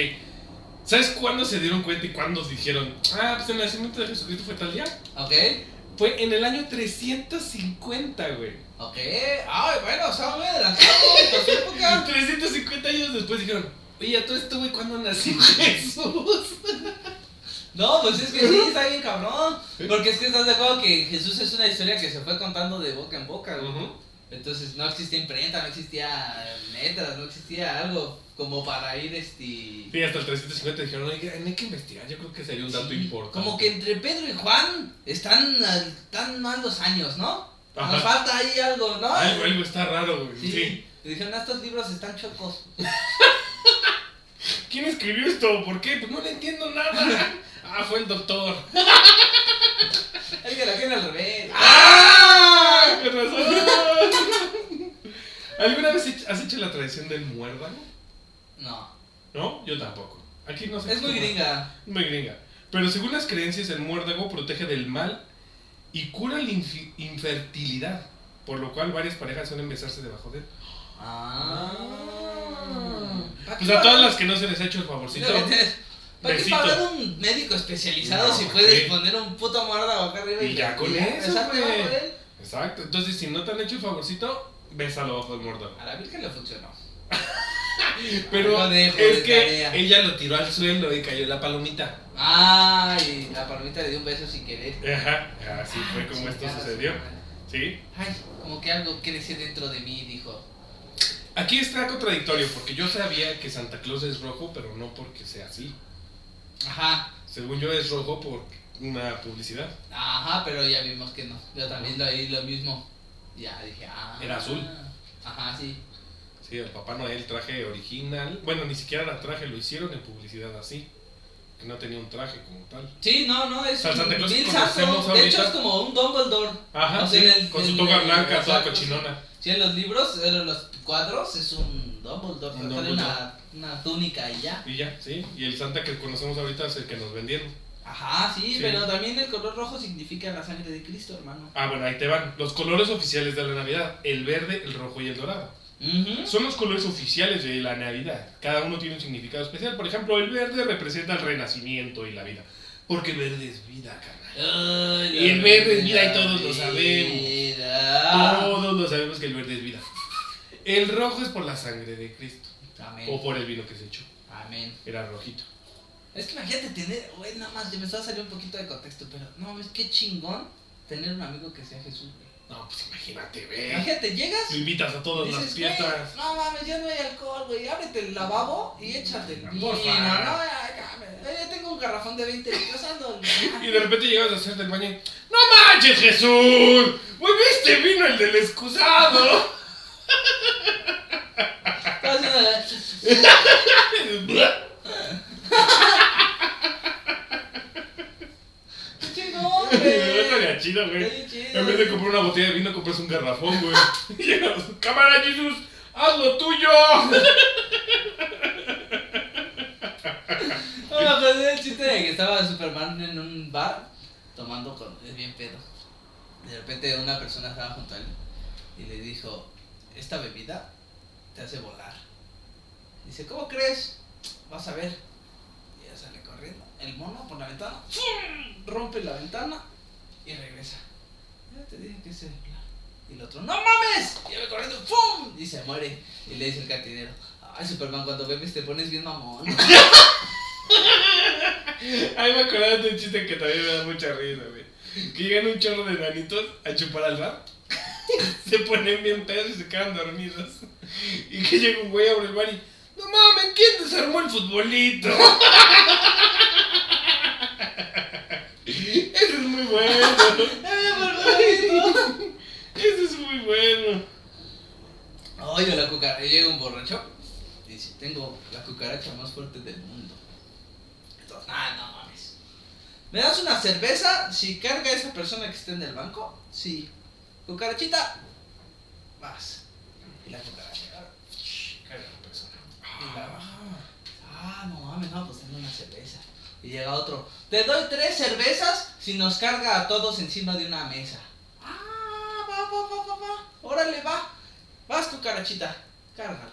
Speaker 1: ¿Sabes cuándo se dieron cuenta y cuándo dijeron? Ah, pues el nacimiento de Jesucristo fue tal día.
Speaker 2: Ok,
Speaker 1: Fue en el año 350, güey.
Speaker 2: ok. Ay, bueno, son muy adelantados por su época.
Speaker 1: 350 Ah, años después dijeron, oye, ¿a todo esto, güey, ¿cuándo nació Jesús?
Speaker 2: No, pues es que sí, está bien cabrón. Porque es que estás de acuerdo que Jesús es una historia que se fue contando de boca en boca, güey.
Speaker 1: Ujú.
Speaker 2: Entonces no existía imprenta, no existía letras, no existía algo como para ir este.
Speaker 1: Sí, hasta el 350 dijeron, oye, hay que investigar, yo creo que sería un dato
Speaker 2: Sí,
Speaker 1: importante.
Speaker 2: Como que entre Pedro y Juan están, al- están mal los años, ¿no?
Speaker 1: Ajá.
Speaker 2: Nos falta ahí algo, ¿no?
Speaker 1: Algo, algo está raro, güey.
Speaker 2: Sí.
Speaker 1: sí.
Speaker 2: Le dijeron, "Ah, estos libros están chocos.
Speaker 1: ¿Quién escribió esto? ¿Por qué? Pues no le entiendo nada. Ah, fue el doctor.
Speaker 2: Es que la tiene al revés.
Speaker 1: ¡Ah! Con razón. ¿Alguna vez he- has hecho la tradición del muérdago?
Speaker 2: No,
Speaker 1: No, yo tampoco. Aquí no sé.
Speaker 2: es muy gringa.
Speaker 1: Muy gringa. Pero según las creencias, el muérdago protege del mal y cura la infi- infertilidad. Por lo cual varias parejas suelen besarse debajo de él.
Speaker 2: Ah. ¿Para
Speaker 1: Pues
Speaker 2: qué
Speaker 1: a todas
Speaker 2: pagar-
Speaker 1: las que no se les ha hecho el favorcito.
Speaker 2: ¿Para qué
Speaker 1: Besito.
Speaker 2: pagar un médico especializado
Speaker 1: No,
Speaker 2: si
Speaker 1: ¿para
Speaker 2: puedes
Speaker 1: qué?
Speaker 2: poner un puto muérdago acá arriba?
Speaker 1: Y ya con eso,
Speaker 2: Exacto, ya
Speaker 1: güey.
Speaker 2: con él.
Speaker 1: Exacto. Entonces, si no te han hecho el favorcito, bésalo bajo el muérdago.
Speaker 2: A la Virgen le funcionó.
Speaker 1: Pero
Speaker 2: Lo dejo
Speaker 1: es
Speaker 2: de
Speaker 1: que
Speaker 2: tarea.
Speaker 1: ella lo tiró al suelo y cayó la palomita.
Speaker 2: Ay, la palomita le dio un beso sin querer.
Speaker 1: Ajá, así fue como
Speaker 2: Ah,
Speaker 1: esto
Speaker 2: chingada
Speaker 1: sucedió.
Speaker 2: su madre.
Speaker 1: Sí.
Speaker 2: Ay, como que algo crece dentro de mí, dijo.
Speaker 1: Aquí está contradictorio porque yo sabía que Santa Claus es rojo, pero no porque sea así.
Speaker 2: Ajá,
Speaker 1: Según yo es rojo por una publicidad.
Speaker 2: ajá, pero ya vimos que no. Yo también lo oí lo mismo. Ya dije, ah.
Speaker 1: Era azul.
Speaker 2: Ajá, sí.
Speaker 1: Sí, el Papá Noel traje original. Bueno, ni siquiera la traje, lo hicieron en publicidad así. Que no tenía un traje como tal.
Speaker 2: Sí, no, no, es
Speaker 1: Al Santa Claus
Speaker 2: Bill
Speaker 1: que conocemos
Speaker 2: Santo. De hecho,
Speaker 1: ahorita.
Speaker 2: es como un Dumbledore.
Speaker 1: Ajá,
Speaker 2: O sea,
Speaker 1: sí,
Speaker 2: en el-
Speaker 1: con
Speaker 2: en
Speaker 1: su toga
Speaker 2: el-
Speaker 1: blanca, toda
Speaker 2: exacto,
Speaker 1: cochinona.
Speaker 2: Sí, en los libros, en los cuadros, es un Dumbledore.
Speaker 1: Un
Speaker 2: pero trae
Speaker 1: Dumbledore.
Speaker 2: Una, una túnica y ya.
Speaker 1: Y ya, sí. Y el Santa que conocemos ahorita es el que nos vendieron.
Speaker 2: Ajá, sí,
Speaker 1: Sí.
Speaker 2: pero también el color rojo significa la sangre de Cristo, hermano.
Speaker 1: Ah, bueno, ahí te van. Los colores oficiales de la Navidad. El verde, el rojo y el dorado.
Speaker 2: Ujú.
Speaker 1: Son los colores oficiales de la Navidad. Cada uno tiene un significado especial. Por ejemplo, el verde representa el renacimiento y la vida. Porque el verde es vida, carnal.
Speaker 2: Ay,
Speaker 1: Y
Speaker 2: la
Speaker 1: el verde es vida y todos lo
Speaker 2: vida. Ah.
Speaker 1: sabemos. Todos lo sabemos que el verde es vida. El rojo es por la sangre de Cristo. O
Speaker 2: Amén.
Speaker 1: por el vino que se echó.
Speaker 2: Amén.
Speaker 1: Era rojito.
Speaker 2: Es que imagínate tener, güey, nada más, me estaba saliendo un poquito de contexto, pero no, es que chingón tener un amigo que sea Jesús. güey.
Speaker 1: No, pues imagínate, ve.
Speaker 2: Imagínate, llegas
Speaker 1: Lo invitas a todas las
Speaker 2: Dices, güey,
Speaker 1: fiestas.
Speaker 2: no mames, ya no hay alcohol, güey. Ábrete el lavabo y échate el
Speaker 1: Por
Speaker 2: vino, ¿no?
Speaker 1: favor.
Speaker 2: Ay, cámame. Eh, Yo tengo un garrafón de 20 litros, ando.
Speaker 1: Y de repente llegas a hacerte el baño y, ¡No manches, Jesús! ¡Volviste vino el del excusado!
Speaker 2: Estás haciendo la- ¡Qué chingón, güey!
Speaker 1: Estaría chido, güey.
Speaker 2: Qué chido.
Speaker 1: En vez de comprar una botella de vino, compras un garrafón, güey. Y llegas, ¡Cámara, Jesús! ¡Haz lo tuyo!
Speaker 2: No me acordé del chiste de que estaba Superman en un bar tomando con. Es bien pedo. De repente una persona estaba junto a él y le dijo: Esta bebida te hace volar. Dice: ¿Cómo crees? Vas a ver. Y ella sale corriendo. El mono por la ventana. ¡fum! Rompe la ventana y regresa. Ya te dije que se volar. Y el otro: ¡No mames! Y va corriendo. ¡Fum! Y se muere. Y le dice el cantinero: Ay, Superman, cuando bebes te pones bien mamón.
Speaker 1: Ahí me acordaba de un chiste que también me da mucha risa, güey. Que llegan un chorro de nanitos a chupar al bar. se ponen bien pedos y se quedan dormidos. Y que llega un güey, abre el bar y... ¡No mames! ¿Quién desarmó el futbolito? Eso es muy bueno.
Speaker 2: ¡Ay, por favorito!
Speaker 1: muy bueno.
Speaker 2: Oye, la cucaracha. Llega un borracho y dice: Tengo la cucaracha más fuerte del mundo. Entonces, ah, no mames. ¿Me das una cerveza si carga a esa persona que está en el banco? Sí. Cucarachita, vas. Y la cucaracha agarra, carga a la persona. Y la baja. Ah, no mames, no, pues tengo una cerveza. Y llega otro: Te doy tres cervezas si nos carga a todos encima de una mesa. Ah, va, va, va, va, va. Órale, va. Vas cucarachita, cárgalas.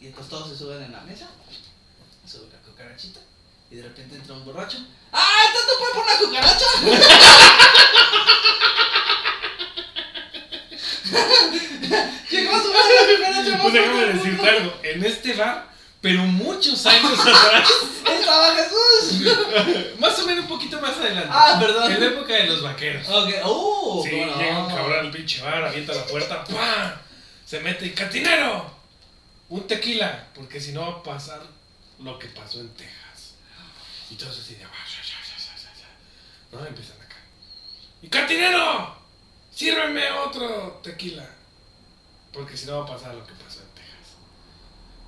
Speaker 2: Y entonces todos se suben en la mesa, sube la cucarachita, y de repente entra un borracho. ¡Ah! ¿Estás tu por una cucaracha? Llegó a subir la cucaracha más
Speaker 1: Pues déjame
Speaker 2: fuerte del
Speaker 1: decirte
Speaker 2: mundo.
Speaker 1: algo. En este bar, pero muchos años atrás,
Speaker 2: Estaba Jesús.
Speaker 1: más o menos un poquito más adelante.
Speaker 2: Ah,
Speaker 1: En la
Speaker 2: perdón.
Speaker 1: época de los vaqueros.
Speaker 2: Ok, uh,
Speaker 1: Sí,
Speaker 2: cómo no.
Speaker 1: llega un cabrón al pinche bar, avienta la puerta, ¡pam! Se mete y ¡catinero! Un tequila, porque si no va a pasar lo que pasó en Texas. Y todos así de "Ah, ya, ya, ya, ya, ya, ya". ¿No? Empiezan acá. ¡Y catinero! ¡Sírveme otro tequila! Porque si no va a pasar lo que pasó en Texas.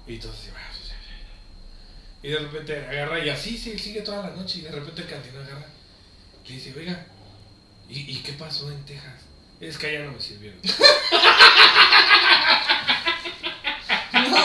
Speaker 1: Y todos así, "Ah, ya, ya, ya, ya". Y de repente agarra y así sigue, sigue toda la noche. Y de repente el cantinero agarra. Le dice, oiga, ¿Y, ¿Y qué pasó en Texas? Es que allá no me sirvieron.
Speaker 2: No.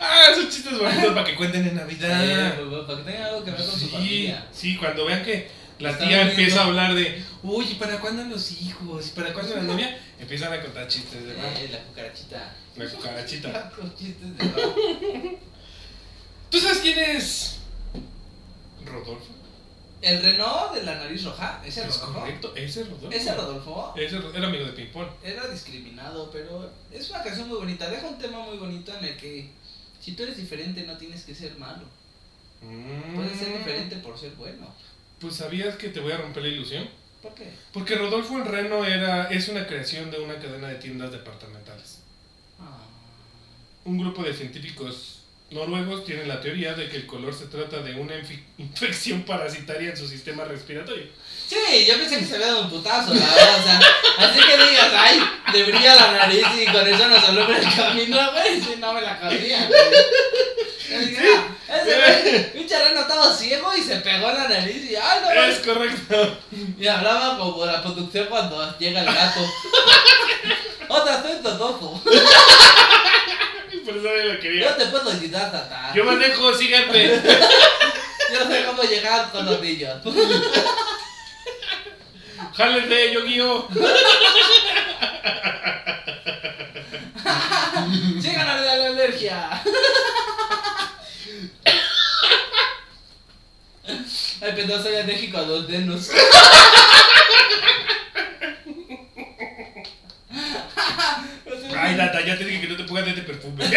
Speaker 1: ah, son chistes bonitos para que cuenten en
Speaker 2: Eh,
Speaker 1: Navidad.
Speaker 2: pues, para que tenga algo que ver con su
Speaker 1: Sí,
Speaker 2: familia.
Speaker 1: sí, cuando vean que la
Speaker 2: Están
Speaker 1: tía
Speaker 2: viendo.
Speaker 1: empieza a hablar de, uy, ¿y ¿para cuándo los hijos? ¿Y ¿Para cuándo la novia? Empiezan a contar chistes de la,
Speaker 2: Eh, la cucarachita.
Speaker 1: la cucarachita.
Speaker 2: Con chistes de barrio.
Speaker 1: ¿Tú sabes quién es? Rodolfo.
Speaker 2: El Renault de la nariz roja, ese
Speaker 1: Es
Speaker 2: Rodolfo.
Speaker 1: correcto, ese es Rodolfo.
Speaker 2: Ese Rodolfo
Speaker 1: Ese es Ro- era amigo de Pimpón.
Speaker 2: era discriminado, pero es una canción muy bonita. Deja un tema muy bonito en el que si tú eres diferente no tienes que ser malo. Puedes Mm.
Speaker 1: Mm.
Speaker 2: ser diferente por ser bueno.
Speaker 1: Pues sabías que te voy a romper la ilusión.
Speaker 2: ¿Por qué?
Speaker 1: Porque Rodolfo el Reno era, es una creación de una cadena de tiendas departamentales.
Speaker 2: Ah.
Speaker 1: Un grupo de científicos noruegos tienen la teoría de que el color se trata de una infi- infección parasitaria en su sistema respiratorio.
Speaker 2: Sí, yo pensé que se había dado un putazo, la verdad. O sea, así que digas, ay, le brilla la nariz y con eso nos alumbra el camino, güey. Si no me la cabría, güey. Yo dije, "Ah, Ese güey, pinche reno estaba ciego y se pegó en la nariz y, ay, no,
Speaker 1: Es
Speaker 2: mames".
Speaker 1: correcto.
Speaker 2: Y hablaba como la producción cuando llega el gato. Otra, soy Rodolfo.
Speaker 1: Por eso nadie lo
Speaker 2: Yo
Speaker 1: quería.
Speaker 2: te puedo ayudar, tata.
Speaker 1: Yo manejo, síganme.
Speaker 2: Yo sé cómo llegar con los niños.
Speaker 1: Jálense, yo guío.
Speaker 2: Llegan a la, la alergia. Ay, pero no soy alérgico a los denos.
Speaker 1: Ay, Data, ya te dije que no te pongas de este perfume.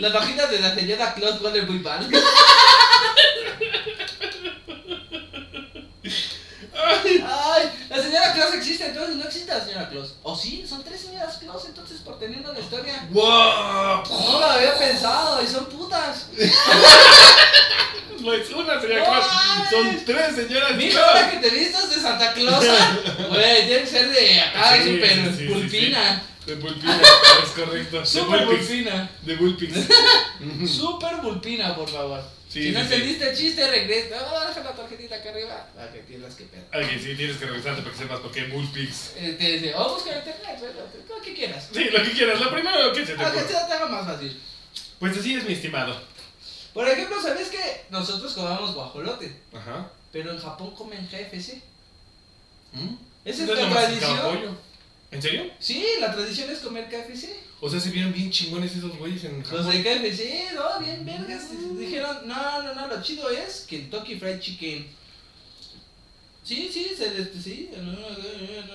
Speaker 2: Las vaginas de la señora Claus huelen muy mal. Ay, la señora Claus existe, entonces no existe la señora Claus. O sí, son tres señoras Claus, entonces por tener una historia.
Speaker 1: ¡Wow!
Speaker 2: No lo había pensado, y son putas.
Speaker 1: No es Pues una señora Claus. Son tres señoras
Speaker 2: Mira, ahora
Speaker 1: Claus.
Speaker 2: que te vistas de Santa Claus, ah, güey, tiene que ser de acá,
Speaker 1: Sí,
Speaker 2: súper
Speaker 1: sí, sí, sí,
Speaker 2: pulpina.
Speaker 1: De Bullpix, es correcto. De
Speaker 2: Súper
Speaker 1: Bullpix.
Speaker 2: pulpina.
Speaker 1: De Bullpix.
Speaker 2: Súper pulpina, por favor.
Speaker 1: Sí,
Speaker 2: si no
Speaker 1: sí, sí.
Speaker 2: entendiste el chiste, regresa. Ah, deja la tarjetita acá arriba. La que tienes que pedo.
Speaker 1: Alguien sí tienes que revisarte para que sepas por qué Bullpix.
Speaker 2: Eh, Te dice, oh, busca en internet, bueno, lo que quieras.
Speaker 1: Sí, lo que quieras, lo primero que se te
Speaker 2: Lo que
Speaker 1: ocurra.
Speaker 2: sea te haga más fácil.
Speaker 1: Pues así es, mi estimado.
Speaker 2: Por ejemplo, ¿sabes que Nosotros comamos guajolote,
Speaker 1: Ajá.
Speaker 2: pero en Japón comen KFC.
Speaker 1: ¿Mm?
Speaker 2: Esa es
Speaker 1: Entonces,
Speaker 2: la
Speaker 1: nomás se acaba
Speaker 2: tradición.
Speaker 1: pollo. ¿En serio?
Speaker 2: Sí, la tradición es comer KFC.
Speaker 1: O sea, se vieron bien chingones esos güeyes en
Speaker 2: Los
Speaker 1: Japón.
Speaker 2: Pues, de KFC, no, bien vergas. Dijeron, no, no, no, lo chido es Kentucky Fried Chicken. Sí, sí, se les, sí, no, no, no,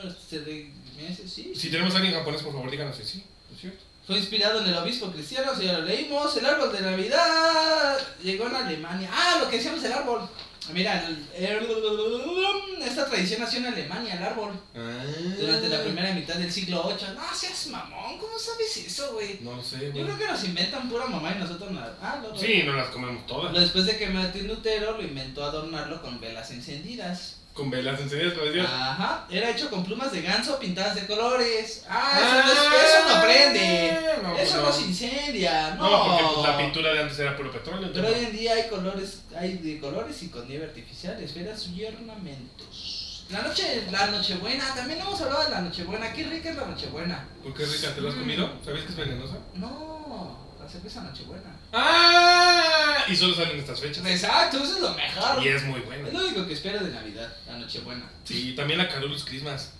Speaker 2: no, este, se le- me hace, sí.
Speaker 1: Si tenemos a alguien japonés, por favor, díganos si sí. ¿Es cierto?
Speaker 2: Fue inspirado en el obispo cristiano, si ya lo leímos, el árbol de Navidad llegó en Alemania. Ah, lo que decíamos, el árbol. Mira, el- el- esta tradición nació en Alemania, el árbol, durante la primera mitad del siglo VIII. No seas mamón, ¿cómo sabes eso, güey?
Speaker 1: No lo sé,
Speaker 2: Yo
Speaker 1: güey.
Speaker 2: creo que nos inventan pura mamá y nosotros no. Ah, no, no.
Speaker 1: Sí, no las comemos todas.
Speaker 2: Después de que Martín Lutero lo inventó adornarlo con velas encendidas.
Speaker 1: Con velas encendidas, por Dios.
Speaker 2: Ajá, era hecho con plumas de ganso pintadas de colores. Ah, eso, no, es- eso no prende.
Speaker 1: No, pues
Speaker 2: eso no.
Speaker 1: no.
Speaker 2: se incendia, no.
Speaker 1: No, porque pues, la pintura de antes era puro petróleo.
Speaker 2: Pero hoy
Speaker 1: entonces-
Speaker 2: en día hay colores, hay de colores y con nieve artificial, esferas y ornamentos. La noche, la nochebuena, también hemos hablado de la nochebuena, qué rica es la nochebuena.
Speaker 1: ¿Por qué rica? ¿Te lo has
Speaker 2: Mm.
Speaker 1: comido? ¿Sabías que es venenosa?
Speaker 2: No, la cerveza nochebuena.
Speaker 1: ¡Ah! Y solo salen estas fechas.
Speaker 2: Exacto, eso es lo mejor.
Speaker 1: Y es muy buena.
Speaker 2: Es lo único que espero de Navidad, la nochebuena.
Speaker 1: Sí, también la Carolus Christmas.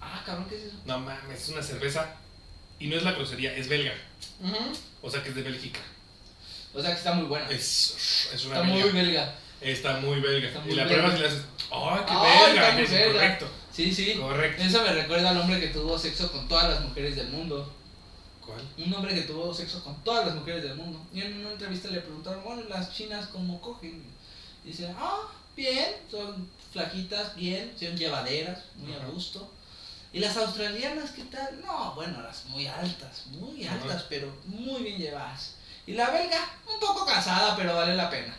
Speaker 2: Ah, cabrón, ¿qué es eso?
Speaker 1: No mames, es una cerveza. Y no es la crucería, es belga.
Speaker 2: Ujú.
Speaker 1: O sea que es de Bélgica.
Speaker 2: O sea que está muy buena.
Speaker 1: Es, es una
Speaker 2: Ah. Está muy
Speaker 1: belga.
Speaker 2: belga.
Speaker 1: Está muy belga.
Speaker 2: Está
Speaker 1: y
Speaker 2: muy
Speaker 1: la
Speaker 2: belga.
Speaker 1: prueba si la haces. ¡Ay, qué
Speaker 2: Ay, está
Speaker 1: belga!
Speaker 2: muy
Speaker 1: Es
Speaker 2: belga.
Speaker 1: Correcto.
Speaker 2: Sí, sí.
Speaker 1: Correcto.
Speaker 2: Eso me recuerda al hombre que tuvo sexo con todas las mujeres del mundo.
Speaker 1: ¿Cuál?
Speaker 2: Un hombre que tuvo sexo con todas las mujeres del mundo. Y en una entrevista le preguntaron, bueno, las chinas cómo cogen. Dice, ah, bien, son flaquitas, bien, son llevaderas, muy a
Speaker 1: Ajá.
Speaker 2: gusto. Y las australianas, ¿qué tal? No, bueno, las muy altas, muy
Speaker 1: Ajá.
Speaker 2: altas, pero muy bien llevadas. Y la belga, un poco casada, pero vale la pena.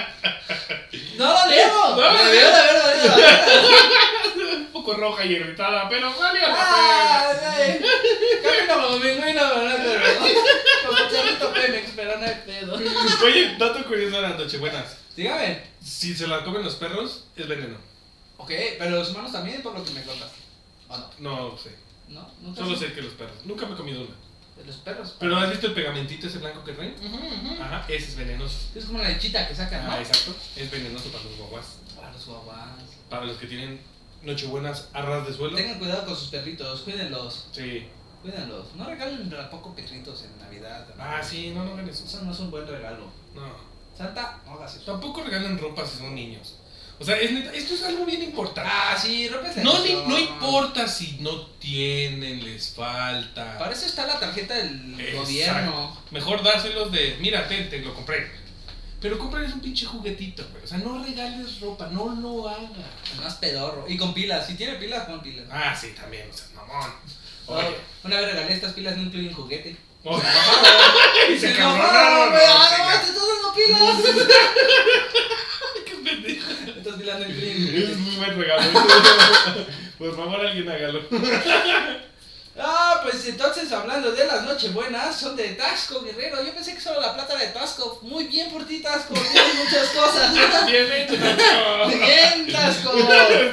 Speaker 2: no lo leo,
Speaker 1: No lo
Speaker 2: me debió de haber valido la pena.
Speaker 1: Un poco roja y irritada, pero valió la pena.
Speaker 2: Ah, ay. Camino como pingüino, pero no hay pedo. Como charrito Pemex, pero no hay pedo.
Speaker 1: Oye, dato curioso de las nochebuenas.
Speaker 2: Dígame.
Speaker 1: Si se la comen los perros, es veneno.
Speaker 2: Ok, pero los humanos también, por lo que me contaste. ¿O no?
Speaker 1: No sé.
Speaker 2: ¿No? ¿Nunca
Speaker 1: Solo
Speaker 2: sí?
Speaker 1: sé que los perros. Nunca me he comido una.
Speaker 2: De Los perros.
Speaker 1: Pero ¿has visto el pegamentito ese blanco que traen?
Speaker 2: Ujú, ujú.
Speaker 1: Ajá, ese es venenoso.
Speaker 2: Es como la lechita que sacan, ¿no?
Speaker 1: Ah, exacto. Es venenoso para los guaguas.
Speaker 2: Para los guaguas.
Speaker 1: Para los que tienen nochebuenas a ras de suelo.
Speaker 2: Tengan cuidado con sus perritos, cuídenlos.
Speaker 1: Sí.
Speaker 2: Cuídenlos. No regalen tampoco perritos en Navidad. ¿no?
Speaker 1: Ah, sí, no, no hagan eso.
Speaker 2: Eso no es un buen regalo.
Speaker 1: No.
Speaker 2: Santa, no hagas eso.
Speaker 1: Tampoco regalen ropa si son niños. O sea, es neta, esto es algo bien importante.
Speaker 2: Ah, sí, rompes la
Speaker 1: No, le-
Speaker 2: ilusión.
Speaker 1: no importa si no tienen, les falta.
Speaker 2: Para eso está la tarjeta del
Speaker 1: Exacto.
Speaker 2: gobierno.
Speaker 1: Mejor dárselos de, mira, te, te lo compré. Pero cómprales un pinche juguetito, güey. O sea, no regales ropa, no lo hagas.
Speaker 2: Más pedorro. Y con pilas. Si tiene pilas, con pilas.
Speaker 1: Ah, sí, también, o sea, mamón. Oye.
Speaker 2: Oh, Una vez regalé estas pilas, no incluyen juguete.
Speaker 1: oye.
Speaker 2: Y
Speaker 1: se
Speaker 2: se
Speaker 1: cabronaron,
Speaker 2: enojaron, güey.
Speaker 1: no,
Speaker 2: Ah,
Speaker 1: venga.
Speaker 2: no, estas todas no pilas.
Speaker 1: Qué pendejo.
Speaker 2: Estas pilas no incluyen
Speaker 1: Es
Speaker 2: juguete.
Speaker 1: muy buen regalo. Por favor, alguien hágalo.
Speaker 2: Ah, pues entonces, hablando de las nochebuenas, son de Tasco, guerrero. Yo pensé que solo la plata era de Tasco. Muy bien por ti, Tasco. Tienes muchas cosas.
Speaker 1: Bien hecho, Tasco.
Speaker 2: Bien, Tasco.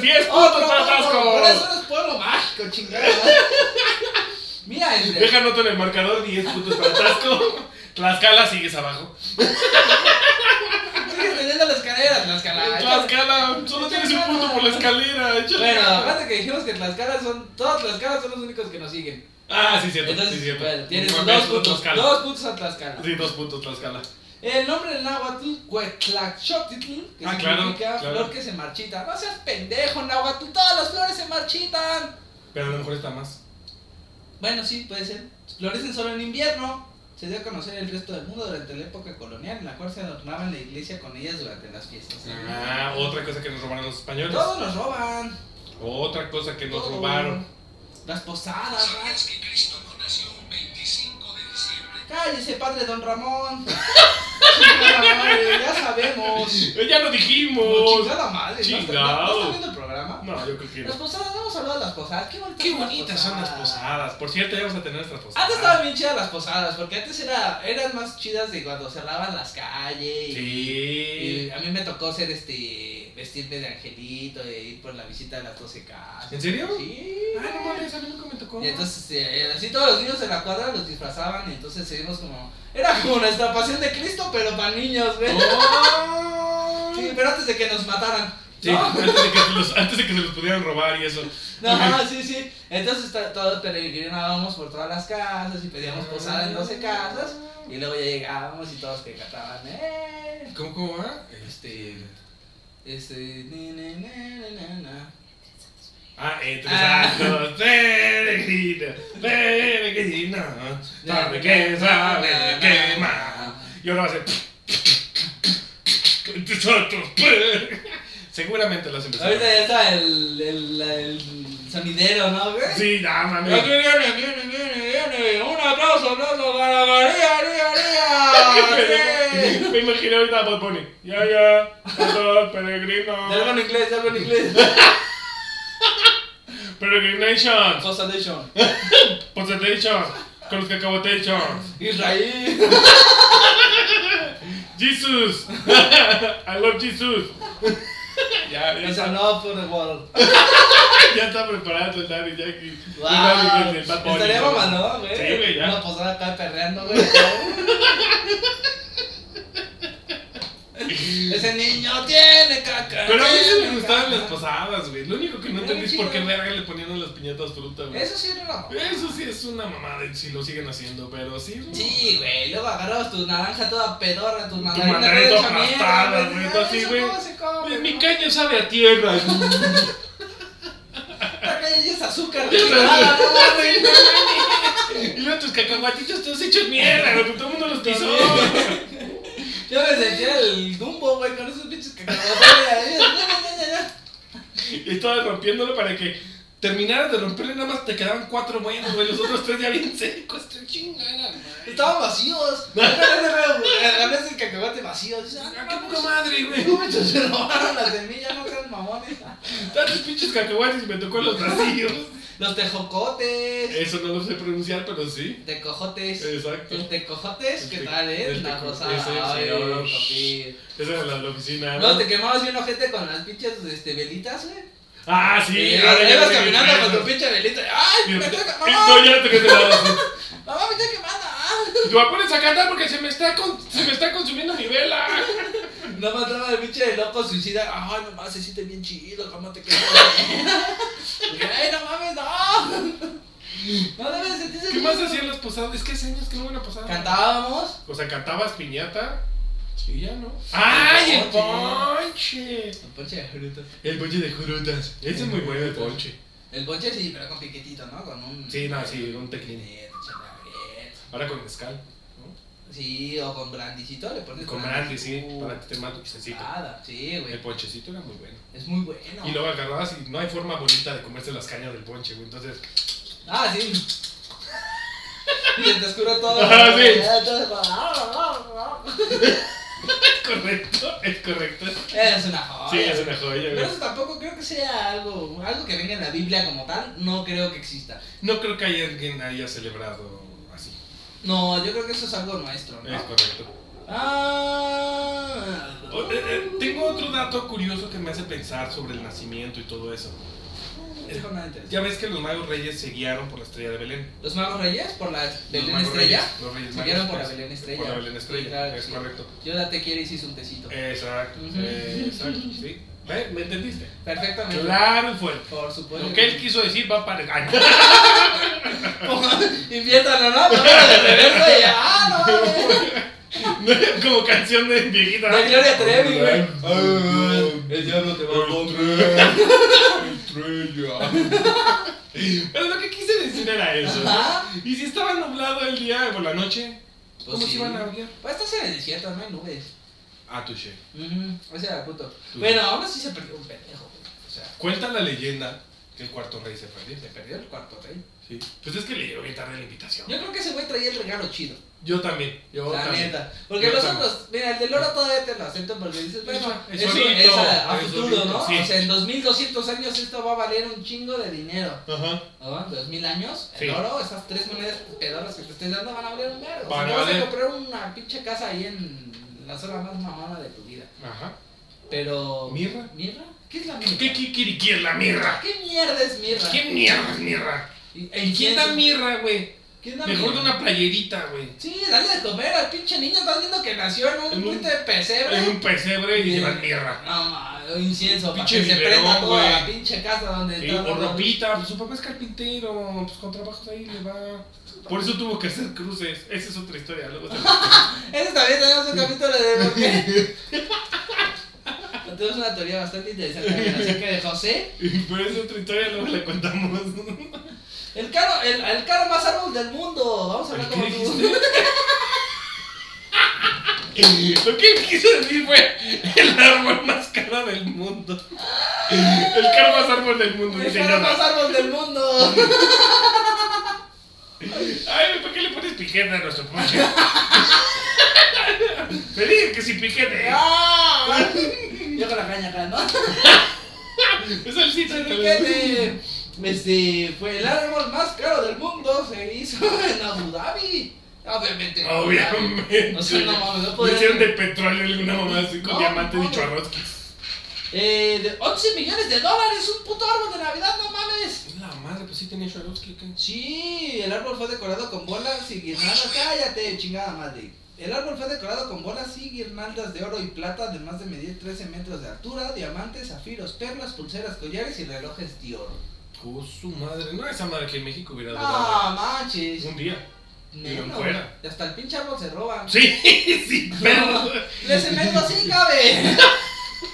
Speaker 1: Diez puntos
Speaker 2: Otro
Speaker 1: para
Speaker 2: Tasco. Por eso
Speaker 1: Tasco.
Speaker 2: eres pueblo mágico, chingada. Mira, entre.
Speaker 1: Deja nota en el marcador, 10 puntos para Tasco. Tlaxcala sigues abajo.
Speaker 2: Sigues teniendo las escaleras, las escaleras.
Speaker 1: Tlaxcala, solo tienes un punto por la escalera. échale
Speaker 2: Bueno,
Speaker 1: ganas.
Speaker 2: aparte que dijimos que las caras son. Todas las caras son los únicos que nos siguen.
Speaker 1: Ah, sí, cierto.
Speaker 2: Entonces,
Speaker 1: sí, cierto.
Speaker 2: bueno, tienes
Speaker 1: Un
Speaker 2: dos
Speaker 1: abrazo,
Speaker 2: puntos.
Speaker 1: Tlaxcala.
Speaker 2: Dos puntos a Tlaxcala.
Speaker 1: Sí, dos puntos Tlaxcala.
Speaker 2: El nombre del náhuatl, Cuetlaxochtitl, que
Speaker 1: Ah, claro,
Speaker 2: significa
Speaker 1: claro.
Speaker 2: flor que se marchita. No seas pendejo, náhuatl, todas las flores se marchitan.
Speaker 1: Pero a lo mejor está más.
Speaker 2: Bueno, sí, puede ser. Florecen solo en invierno. Se dio a conocer el resto del mundo durante la época colonial, en la cual se adornaban la iglesia con ellas durante las fiestas.
Speaker 1: Ah, otra cosa que nos robaron los españoles.
Speaker 2: Todos nos roban.
Speaker 1: Otra cosa que nos
Speaker 2: todo.
Speaker 1: robaron.
Speaker 2: Las posadas, ¿verdad?
Speaker 4: ¿Sabías que Cristo no nació un 25 de diciembre?
Speaker 2: Cállese, padre Don Ramón. Chingada madre, ya sabemos.
Speaker 1: Eh, Ya lo
Speaker 2: No,
Speaker 1: dijimos.
Speaker 2: chingada madre. ¿no está-
Speaker 1: Chingado.
Speaker 2: ¿No, no está viendo el programa?
Speaker 1: No, yo creo que no.
Speaker 2: Las posadas, no hemos hablado de las posadas. Qué, bonitas
Speaker 1: Qué
Speaker 2: son las Ah,
Speaker 1: bonitas son las posadas. Por cierto, ya vamos a tener nuestras posadas.
Speaker 2: Antes estaban bien chidas las posadas, porque antes era, eran más chidas de cuando cerraban las calles. y-
Speaker 1: Sí. Ah,
Speaker 2: y a mí me tocó ser este vestirme de angelito e ir por la visita de las 12 casas.
Speaker 1: ¿En serio?
Speaker 2: Sí.
Speaker 1: Ah, no mames, a mí nunca me tocó.
Speaker 2: Y entonces, eh, así todos los niños de la cuadra los disfrazaban y entonces seguimos como... Era como nuestra pasión de Cristo, pero para niños, güey.
Speaker 1: Oh.
Speaker 2: Sí, pero antes de que nos mataran.
Speaker 1: Sí,
Speaker 2: ¿no?
Speaker 1: antes, de que los, antes de que se los pudieran robar y eso.
Speaker 2: No, sí, sí. Entonces ta- todos peregrinábamos por todas las casas y pedíamos posada en 12 casas. Y luego ya llegábamos y todos que cantaban, ¡eh!
Speaker 1: ¿Cómo, cómo va?
Speaker 2: Este. Este. ni, ni, na, na, na, na.
Speaker 1: Ah, entre santos, peregrino, peregrino, sabe que sabe que más. Y ahora va a ser. Entre santos, peregrino. Seguramente las
Speaker 2: Ahorita
Speaker 1: empezaron.
Speaker 2: ya está el, el, el sonidero, ¿no, güey?
Speaker 1: Sí, no mames.
Speaker 2: Viene, viene, viene, viene, una aplauso, aplauso para María, María, María.
Speaker 1: Me imagino ahorita a Bob Bunny. Ya, ya, todos
Speaker 2: Sí. Ya hablo en
Speaker 1: peregrinos.
Speaker 2: inglés, ya hablo en inglés.
Speaker 1: Peregrinations,
Speaker 2: Post Station,
Speaker 1: Possetations, con los cacabotations.
Speaker 2: Israel.
Speaker 1: Jesus, I love Jesus. Ya, ya
Speaker 2: It's
Speaker 1: está,
Speaker 2: enough for the world.
Speaker 1: ya está preparado el Daddy Jackie.
Speaker 2: Wow.
Speaker 1: El Daddy Jackie, el Bad Bunny.
Speaker 2: Estaría mamá, ¿no, güey?
Speaker 1: Sí, güey, ya.
Speaker 2: Una posada acá perreando, güey. Ese niño tiene caca.
Speaker 1: Pero a mí sí
Speaker 2: tiene
Speaker 1: me gustaban las
Speaker 2: caca.
Speaker 1: posadas, güey. Lo único que no
Speaker 2: Era
Speaker 1: entendí es por qué
Speaker 2: chido.
Speaker 1: verga le ponían a las piñatas fruta, güey.
Speaker 2: Eso sí era una mamá.
Speaker 1: Eso sí es una mamada si lo siguen haciendo, pero sí. ¿no?
Speaker 2: Sí, güey, luego agarrabas tu naranja toda pedorra, tus mandarinas
Speaker 1: mandarina toda
Speaker 2: toda hecha
Speaker 1: aplastada,
Speaker 2: mierda,
Speaker 1: güey,
Speaker 2: "Ah,
Speaker 1: todo así,
Speaker 2: eso
Speaker 1: güey.
Speaker 2: cómo se come,
Speaker 1: Pues Mi
Speaker 2: no?
Speaker 1: caña sabe a tierra.
Speaker 2: Esta caña ya es azúcar,
Speaker 1: Ya
Speaker 2: güey.
Speaker 1: sabes.
Speaker 2: Ah, no, güey, no mames.
Speaker 1: y luego tus cacahuatitos todos hechos mierda, güey. Todo el mundo los pisó.
Speaker 2: Yo me sentía el Dumbo, güey, con esos pinches cacahuates. ahí. Ya, ya, ya,
Speaker 1: y estaba rompiéndolo para que terminaras de romperle. Nada más te quedaban cuatro buenos, güey. Los otros tres ya bien secos. Te chingada,
Speaker 2: ya.
Speaker 1: güey.
Speaker 2: Estaban vacíos. Hablas del cacahuate vacío. Dices, ah,
Speaker 1: Ah,
Speaker 2: no
Speaker 1: ¡Qué
Speaker 2: mames,
Speaker 1: poca madre, güey!
Speaker 2: Muchos se robaron las semillas, no sean mamones.
Speaker 1: Tantos pinches cacahuates y me tocó los vacíos.
Speaker 2: Los tejocotes,
Speaker 1: Eso no lo sé pronunciar, pero sí.
Speaker 2: tecojotes.
Speaker 1: Exacto.
Speaker 2: Los tecojotes, ¿qué
Speaker 1: El te-
Speaker 2: tal, eh?
Speaker 1: el
Speaker 2: La
Speaker 1: teco-
Speaker 2: rosada.
Speaker 1: ese,
Speaker 2: Ay,
Speaker 1: señor.
Speaker 2: papi.
Speaker 1: Esa era la, la oficina.
Speaker 2: No, te quemabas bien ojete con las pinches este, velitas, güey.
Speaker 1: Ah, sí.
Speaker 2: Sí,
Speaker 1: ahora ya
Speaker 2: Eh, ibas
Speaker 1: te-
Speaker 2: caminando con tu pinche velita. ¡Ay,
Speaker 1: Y-
Speaker 2: me estoy
Speaker 1: No,
Speaker 2: quemando!
Speaker 1: ya te quedé la
Speaker 2: ¡Mamá, me estoy quemando! ¡Ah!
Speaker 1: Te voy a poner a cantar porque se me está, con- se me está consumiendo mi vela.
Speaker 2: No mataba al pinche de loco suicida. Ay, no mames, se siente bien chido, ¿cómo te quedas? Ay, no mames, no. No debes sentirse
Speaker 1: ¿Qué más hacían las posadas? Es que hace años que no hubo una posada.
Speaker 2: Cantábamos.
Speaker 1: O sea, cantabas piñata. Y ya no. ¡Ay, el ponche!
Speaker 2: El ponche de fruta.
Speaker 1: El ponche de jurutas. Ese es muy bueno el ponche.
Speaker 2: El ponche sí, pero con piquetito, ¿no? Con un.
Speaker 1: Sí, no, sí, un tequín.
Speaker 2: Piquetito, chalaguet.
Speaker 1: Ahora con mezcal.
Speaker 2: Sí, o con brandicito le pones.
Speaker 1: Con brandy,
Speaker 2: brandy,
Speaker 1: sí. Para que te mate dulcecito.
Speaker 2: Nada, sí,
Speaker 1: El
Speaker 2: Ah, güey.
Speaker 1: ponchecito era muy bueno.
Speaker 2: Es muy bueno.
Speaker 1: Y luego agarrabas y no hay forma bonita de comerse las cañas del ponche, güey. Entonces,
Speaker 2: Ah, sí. Y se te oscuro todo.
Speaker 1: Ah, sí.
Speaker 2: Ya, todo- ah, ah, ah.
Speaker 1: es correcto, es correcto.
Speaker 2: Es una joya.
Speaker 1: Sí, es una joya,
Speaker 2: Pero
Speaker 1: güey.
Speaker 2: eso tampoco creo que sea algo, algo que venga en la Biblia como tal, no creo que exista.
Speaker 1: No creo que haya alguien haya celebrado así.
Speaker 2: No, yo creo que eso es algo nuestro, ¿no?
Speaker 1: Es correcto.
Speaker 2: Ah.
Speaker 1: O- eh, eh, tengo otro dato curioso que me hace pensar sobre el nacimiento y todo eso.
Speaker 2: Es con nada interesante.
Speaker 1: Ya ves que los magos reyes se guiaron por la estrella de Belén.
Speaker 2: Los magos reyes por la
Speaker 1: Los
Speaker 2: Belén
Speaker 1: magos
Speaker 2: Estrella.
Speaker 1: reyes, los reyes
Speaker 2: Se
Speaker 1: magos,
Speaker 2: guiaron por la
Speaker 1: pues,
Speaker 2: Belén Estrella.
Speaker 1: Por la Belén
Speaker 2: Sí,
Speaker 1: Estrella,
Speaker 2: claro que
Speaker 1: es
Speaker 2: sí.
Speaker 1: correcto. Eh,
Speaker 2: Yo date quiere y se hizo un tecito.
Speaker 1: Exacto,
Speaker 2: Ujú.
Speaker 1: exacto, sí. ¿Ve? ¿Me entendiste?
Speaker 2: Perfectamente.
Speaker 1: Claro y fuerte.
Speaker 2: Por supuesto.
Speaker 1: Lo que él quiso decir va para... Ay,
Speaker 2: Inviértalo, ¿no? No, de reversa y ya. Ah, no, mames.
Speaker 1: Como canción de viejita.
Speaker 2: De Gloria Trevi, güey.
Speaker 1: El diablo te va a Pero lo que quise decir era eso.
Speaker 2: Ajá.
Speaker 1: Y si estaba nublado el día por la noche, ¿cómo
Speaker 2: Ah, Pues
Speaker 1: se
Speaker 2: sí.
Speaker 1: iban a guiar?
Speaker 2: Pues estás en el desierto, no hay nubes.
Speaker 1: Ah, touché.
Speaker 2: Ujú, Ese era el punto.
Speaker 1: Tú.
Speaker 2: Bueno, aún así se perdió un pendejo, güey. O sea,
Speaker 1: Cuenta la leyenda que el cuarto rey se perdió.
Speaker 2: se perdió el cuarto rey.
Speaker 1: Sí. Pues es que le llegó bien tarde la invitación.
Speaker 2: Yo creo que ese güey traía el regalo chido.
Speaker 1: Yo también. Yo
Speaker 2: la
Speaker 1: también.
Speaker 2: neta. Porque
Speaker 1: Yo
Speaker 2: los
Speaker 1: también.
Speaker 2: otros, mira, el del oro todavía te lo acepto porque dices, bueno,
Speaker 1: Es
Speaker 2: eso
Speaker 1: solito,
Speaker 2: es a, a
Speaker 1: es
Speaker 2: futuro,
Speaker 1: solito,
Speaker 2: ¿no?
Speaker 1: sí.
Speaker 2: O sea, en 2200 años esto va a valer un chingo de dinero.
Speaker 1: Ajá.
Speaker 2: ¿No? En 2000 años,
Speaker 1: Sí.
Speaker 2: el oro, esas tres monedas pedorras que te estoy dando van a valer un vergo. O sea,
Speaker 1: Van a
Speaker 2: te vas
Speaker 1: valer.
Speaker 2: a comprar una pinche casa ahí en la zona más mamona de tu vida.
Speaker 1: Ajá.
Speaker 2: Pero.
Speaker 1: ¿Mirra?
Speaker 2: ¿Mirra? ¿Qué es la
Speaker 1: ¿Qué,
Speaker 2: mirra?
Speaker 1: qué, qué, qué, qué es la mirra?
Speaker 2: ¿Qué mierda es mirra?
Speaker 1: ¿Qué mierda es mirra?
Speaker 2: ¿Y e
Speaker 1: ¿Y quién da mirra, güey?
Speaker 2: ¿Quién da
Speaker 1: Mejor de
Speaker 2: mierda?
Speaker 1: una playerita, güey.
Speaker 2: Sí, dale de comer al pinche niño, estás viendo que nació en
Speaker 1: En
Speaker 2: un
Speaker 1: un-
Speaker 2: puente de pesebre.
Speaker 1: En un pesebre y
Speaker 2: Sí.
Speaker 1: llevan mirra.
Speaker 2: No, ma, un incienso, para
Speaker 1: Pinche
Speaker 2: que se
Speaker 1: biberón,
Speaker 2: prenda toda la
Speaker 1: güey.
Speaker 2: pinche casa donde
Speaker 1: Sí,
Speaker 2: está
Speaker 1: o
Speaker 2: la-
Speaker 1: ropita, pues su papá es carpintero, pues con trabajos ahí le va. Por eso tuvo que hacer cruces. Esa es otra historia, luego te la-
Speaker 2: Ese también tenemos un capítulo de por qué. Tenemos una teoría bastante interesante acerca de José.
Speaker 1: Pero esa es otra historia, luego la contamos.
Speaker 2: El caro, el, el caro más árbol del mundo. Vamos a hablar
Speaker 1: ¿Qué
Speaker 2: como tú.
Speaker 1: dijiste? Lo que él quiso decir fue el árbol más caro del mundo. El caro más árbol del mundo.
Speaker 2: El
Speaker 1: dice
Speaker 2: caro
Speaker 1: nada.
Speaker 2: más árbol del mundo.
Speaker 1: Ay, ¿para qué le pones piquete a nuestro ponche? Me dije que sin piquete.
Speaker 2: ¡Ah! Yo con la caña acá, ¿no?
Speaker 1: Es el sitio
Speaker 2: Enriquete, este, fue el árbol más caro del mundo, se hizo en Abu Dhabi. Obviamente. en Abu Dhabi.
Speaker 1: Obviamente.
Speaker 2: O sea, no mames, no
Speaker 1: Lo
Speaker 2: podía
Speaker 1: hicieron de
Speaker 2: ser.
Speaker 1: petróleo alguna mamá así con
Speaker 2: No,
Speaker 1: diamantes
Speaker 2: no.
Speaker 1: y chorrosquis.
Speaker 2: Eh, de 11 millones de dólares, un puto árbol de Navidad, no mames.
Speaker 3: La madre, pues sí tenía Swarovski acá.
Speaker 2: Sí, el árbol fue decorado con bolas y guirnaldas. Cállate, chingada madre. El árbol fue decorado con bolas y guirnaldas de oro y plata de más de medir 13 metros de altura, diamantes, zafiros, perlas, pulseras, collares y relojes de oro.
Speaker 3: Con su madre. No, esa madre que en México hubiera dado.
Speaker 2: Ah, manches.
Speaker 1: Un día.
Speaker 2: Menos.
Speaker 1: no fuera.
Speaker 2: Y hasta el pinche árbol se roban.
Speaker 1: Sí, sí, pero.
Speaker 2: Le cemento sí cabe.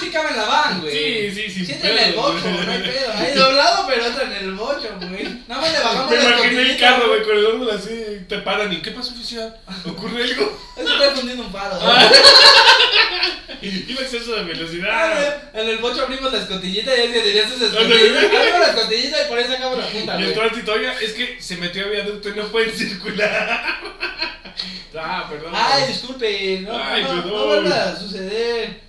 Speaker 2: sí cabe en la van, güey.
Speaker 1: Sí, sí, sí.
Speaker 2: Siete en el bocho, no hay pedo. Ahí doblado, pero otro en el bocho, güey. Nada más le bajamos
Speaker 1: Me
Speaker 2: la
Speaker 1: imaginé el
Speaker 2: escondidita,
Speaker 1: carro,
Speaker 2: güey.
Speaker 1: güey, con el árbol así, te paran y ¿qué pasó, oficial? ¿Ocurre algo?
Speaker 2: Es que estoy fundiendo un paro.
Speaker 1: Ah,
Speaker 2: güey.
Speaker 1: Iba exceso de velocidad.
Speaker 2: Ah, güey. En el bocho abrimos la escotillita y ese diría sus escotillitas. Abrimos la escotillita y por ahí sacamos la punta,
Speaker 1: Y el
Speaker 2: güey.
Speaker 1: tránsito, oiga, es que se metió a viaducto y no pueden circular. Ah, perdón.
Speaker 2: Ay, disculpe, no,
Speaker 1: Ay,
Speaker 2: no, no,
Speaker 1: perdón.
Speaker 2: no vuelva a suceder.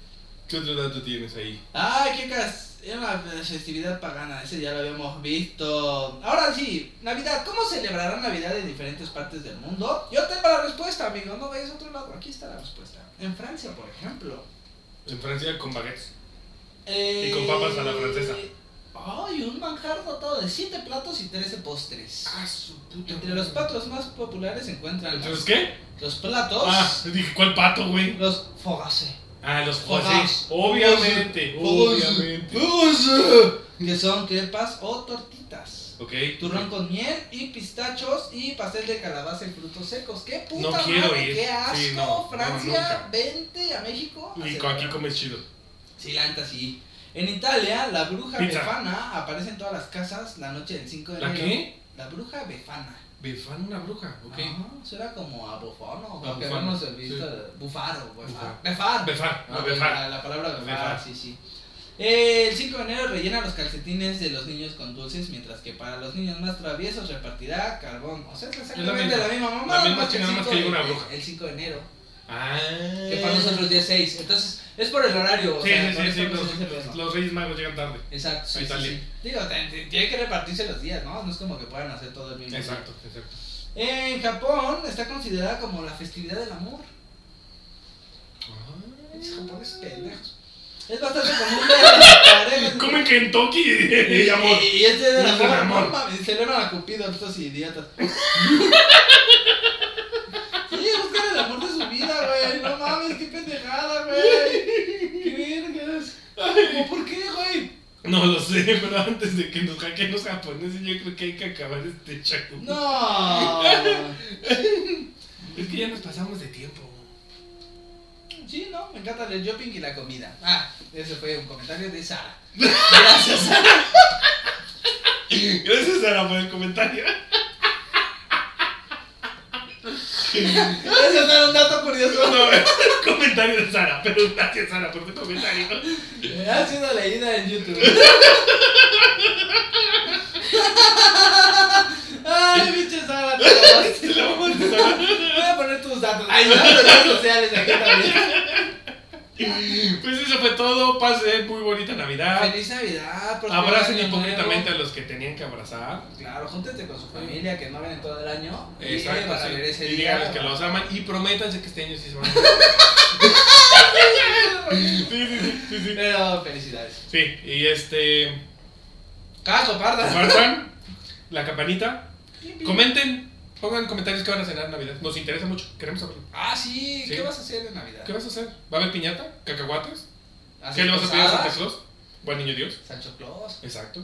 Speaker 1: ¿Qué otro dato tienes ahí?
Speaker 2: Ay, qué cas... Era una festividad pagana, ese ya lo habíamos visto. Ahora sí, Navidad. ¿Cómo celebrarán Navidad en diferentes partes del mundo? Yo tengo la respuesta, amigo. No vayas a otro lado. Aquí está la respuesta. En Francia, por ejemplo.
Speaker 1: En Francia con baguettes.
Speaker 2: Eh,
Speaker 1: Y con papas a la francesa.
Speaker 2: Ay, un manjar dotado de 7 platos y 13 postres.
Speaker 3: Ah, su puta.
Speaker 2: Entre los platos más populares se encuentran las-
Speaker 1: ¿Entonces qué?
Speaker 2: los platos,
Speaker 1: Ah, dije, ¿cuál pato, güey?
Speaker 2: los fogasse.
Speaker 1: Ah, los
Speaker 2: Fogasse.
Speaker 1: fogaces. Obviamente,
Speaker 2: Fogasse.
Speaker 1: obviamente.
Speaker 2: Fogasse. Que son crepas o tortitas.
Speaker 1: Ok.
Speaker 2: Turrón con miel y pistachos y pastel de calabaza y frutos secos. ¡Qué puta
Speaker 1: No quiero
Speaker 2: madre!
Speaker 1: ir.
Speaker 2: ¡Qué asco!
Speaker 1: Sí, no, no,
Speaker 2: Francia,
Speaker 1: nunca.
Speaker 2: vente a México.
Speaker 1: Y
Speaker 2: celebrar.
Speaker 1: aquí comes chido.
Speaker 2: Sí, la neta sí. En Italia, la bruja
Speaker 1: Pizza.
Speaker 2: befana aparece en todas las casas la noche del 5 de
Speaker 1: ¿La
Speaker 2: enero.
Speaker 1: qué?
Speaker 2: La bruja befana.
Speaker 1: Befana, una bruja. Ok.
Speaker 2: Ajá, suena como a bufano.
Speaker 1: A
Speaker 2: Aunque
Speaker 1: bufano,
Speaker 2: no se visto. Bufaro, bufaro. Befar.
Speaker 1: Befar.
Speaker 2: Ah,
Speaker 1: Ah,
Speaker 2: La,
Speaker 1: befar.
Speaker 2: la palabra befar,
Speaker 1: Befar.
Speaker 2: sí, sí. Eh, el 5 de enero rellena los calcetines de los niños con dulces, mientras que para los niños más traviesos repartirá carbón. O sea, es exactamente
Speaker 1: Es
Speaker 2: la
Speaker 1: la
Speaker 2: misma mamá.
Speaker 1: La misma chingada, nada
Speaker 2: el
Speaker 1: más
Speaker 2: 5
Speaker 1: que
Speaker 2: de-
Speaker 1: lleva una bruja.
Speaker 2: El 5 de enero,
Speaker 1: Ah.
Speaker 2: que para nosotros ya es 6. Entonces, es por el horario. o
Speaker 1: Sí,
Speaker 2: sea,
Speaker 1: sí,
Speaker 2: por
Speaker 1: sí,
Speaker 2: eso
Speaker 1: sí,
Speaker 2: no se
Speaker 1: los,
Speaker 2: hace pedo.
Speaker 1: los- los Reyes Magos llegan tarde.
Speaker 2: Exacto, sí,
Speaker 1: Ahí
Speaker 2: sí,
Speaker 1: está
Speaker 2: sí. Digo, t- t- tiene que repartirse los días, ¿no? No es como que puedan hacer todo el mismo. día.
Speaker 1: Exacto, exacto.
Speaker 2: En Japón está considerada como la festividad del amor. Los japoneses pendejos. Es bastante común ver a las parejas.
Speaker 1: Comen Kentucky y amor.
Speaker 2: Y, y este de
Speaker 1: Y
Speaker 2: la
Speaker 1: este de
Speaker 2: forma,
Speaker 1: amor.
Speaker 2: no mames, celebran a Cupido estos idiotas. Sí, buscan el amor de su vida, güey. No mames, qué pendejada, güey. Qué vergas. ¿Cómo por qué, güey?
Speaker 1: No lo sé, pero antes de que nos hackeen los japoneses, yo creo que hay que acabar este chaco.
Speaker 2: No.
Speaker 1: Es que ya nos pasamos de tiempo.
Speaker 2: Sí, no, me encanta el shopping y la comida. Ah, ese fue un comentario de Sara. Gracias, Sara.
Speaker 1: Gracias, Sara, por el comentario.
Speaker 2: Gracias, Sara, un dato curioso.
Speaker 1: No, es el comentario de Sara, pero gracias, Sara, por tu comentario.
Speaker 2: Ha sido leída en YouTube. Ay, pinche Sara, te mamaste.
Speaker 1: Se la vamos a Sara.
Speaker 2: Voy a poner tus datos. Ay, las redes sociales aquí también.
Speaker 1: Pues eso fue todo. Pase muy bonita Navidad.
Speaker 2: Feliz Navidad. próspero
Speaker 1: Abracen
Speaker 2: año
Speaker 1: hipócritamente a
Speaker 2: nuevo.
Speaker 1: los que tenían que abrazar.
Speaker 2: Claro, júntense con su familia que no ven en todo el año. Y
Speaker 1: Exacto,
Speaker 2: van a
Speaker 1: sí.
Speaker 2: ver ese
Speaker 1: Y
Speaker 2: día.
Speaker 1: díganles que los aman y prométanse que este año sí se van a Sí, sí, sí, sí, sí.
Speaker 2: Pero felicidades.
Speaker 1: Sí, y este.
Speaker 2: Caso, parda.
Speaker 1: Compartan la campanita. Comenten. Pongan comentarios que van a cenar en Navidad. Nos interesa mucho. Queremos saberlo.
Speaker 2: Ah, sí. ¿Qué
Speaker 1: Sí.
Speaker 2: vas a hacer en Navidad?
Speaker 1: ¿Qué vas a hacer? ¿Va a haber piñata? ¿Cacahuates?
Speaker 2: ¿Haces
Speaker 1: ¿Qué le vas a pedir a
Speaker 2: posadas?
Speaker 1: Santa Claus? Buen niño Dios.
Speaker 2: Sancho Claus.
Speaker 1: Exacto.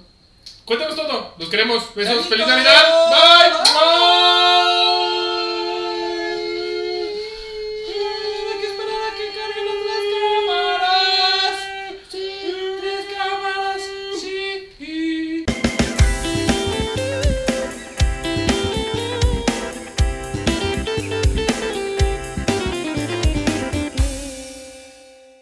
Speaker 1: Cuéntanos todo. Los queremos. Besos.
Speaker 2: Besitos.
Speaker 1: ¡Feliz Navidad! ¡Bye! ¡Bye!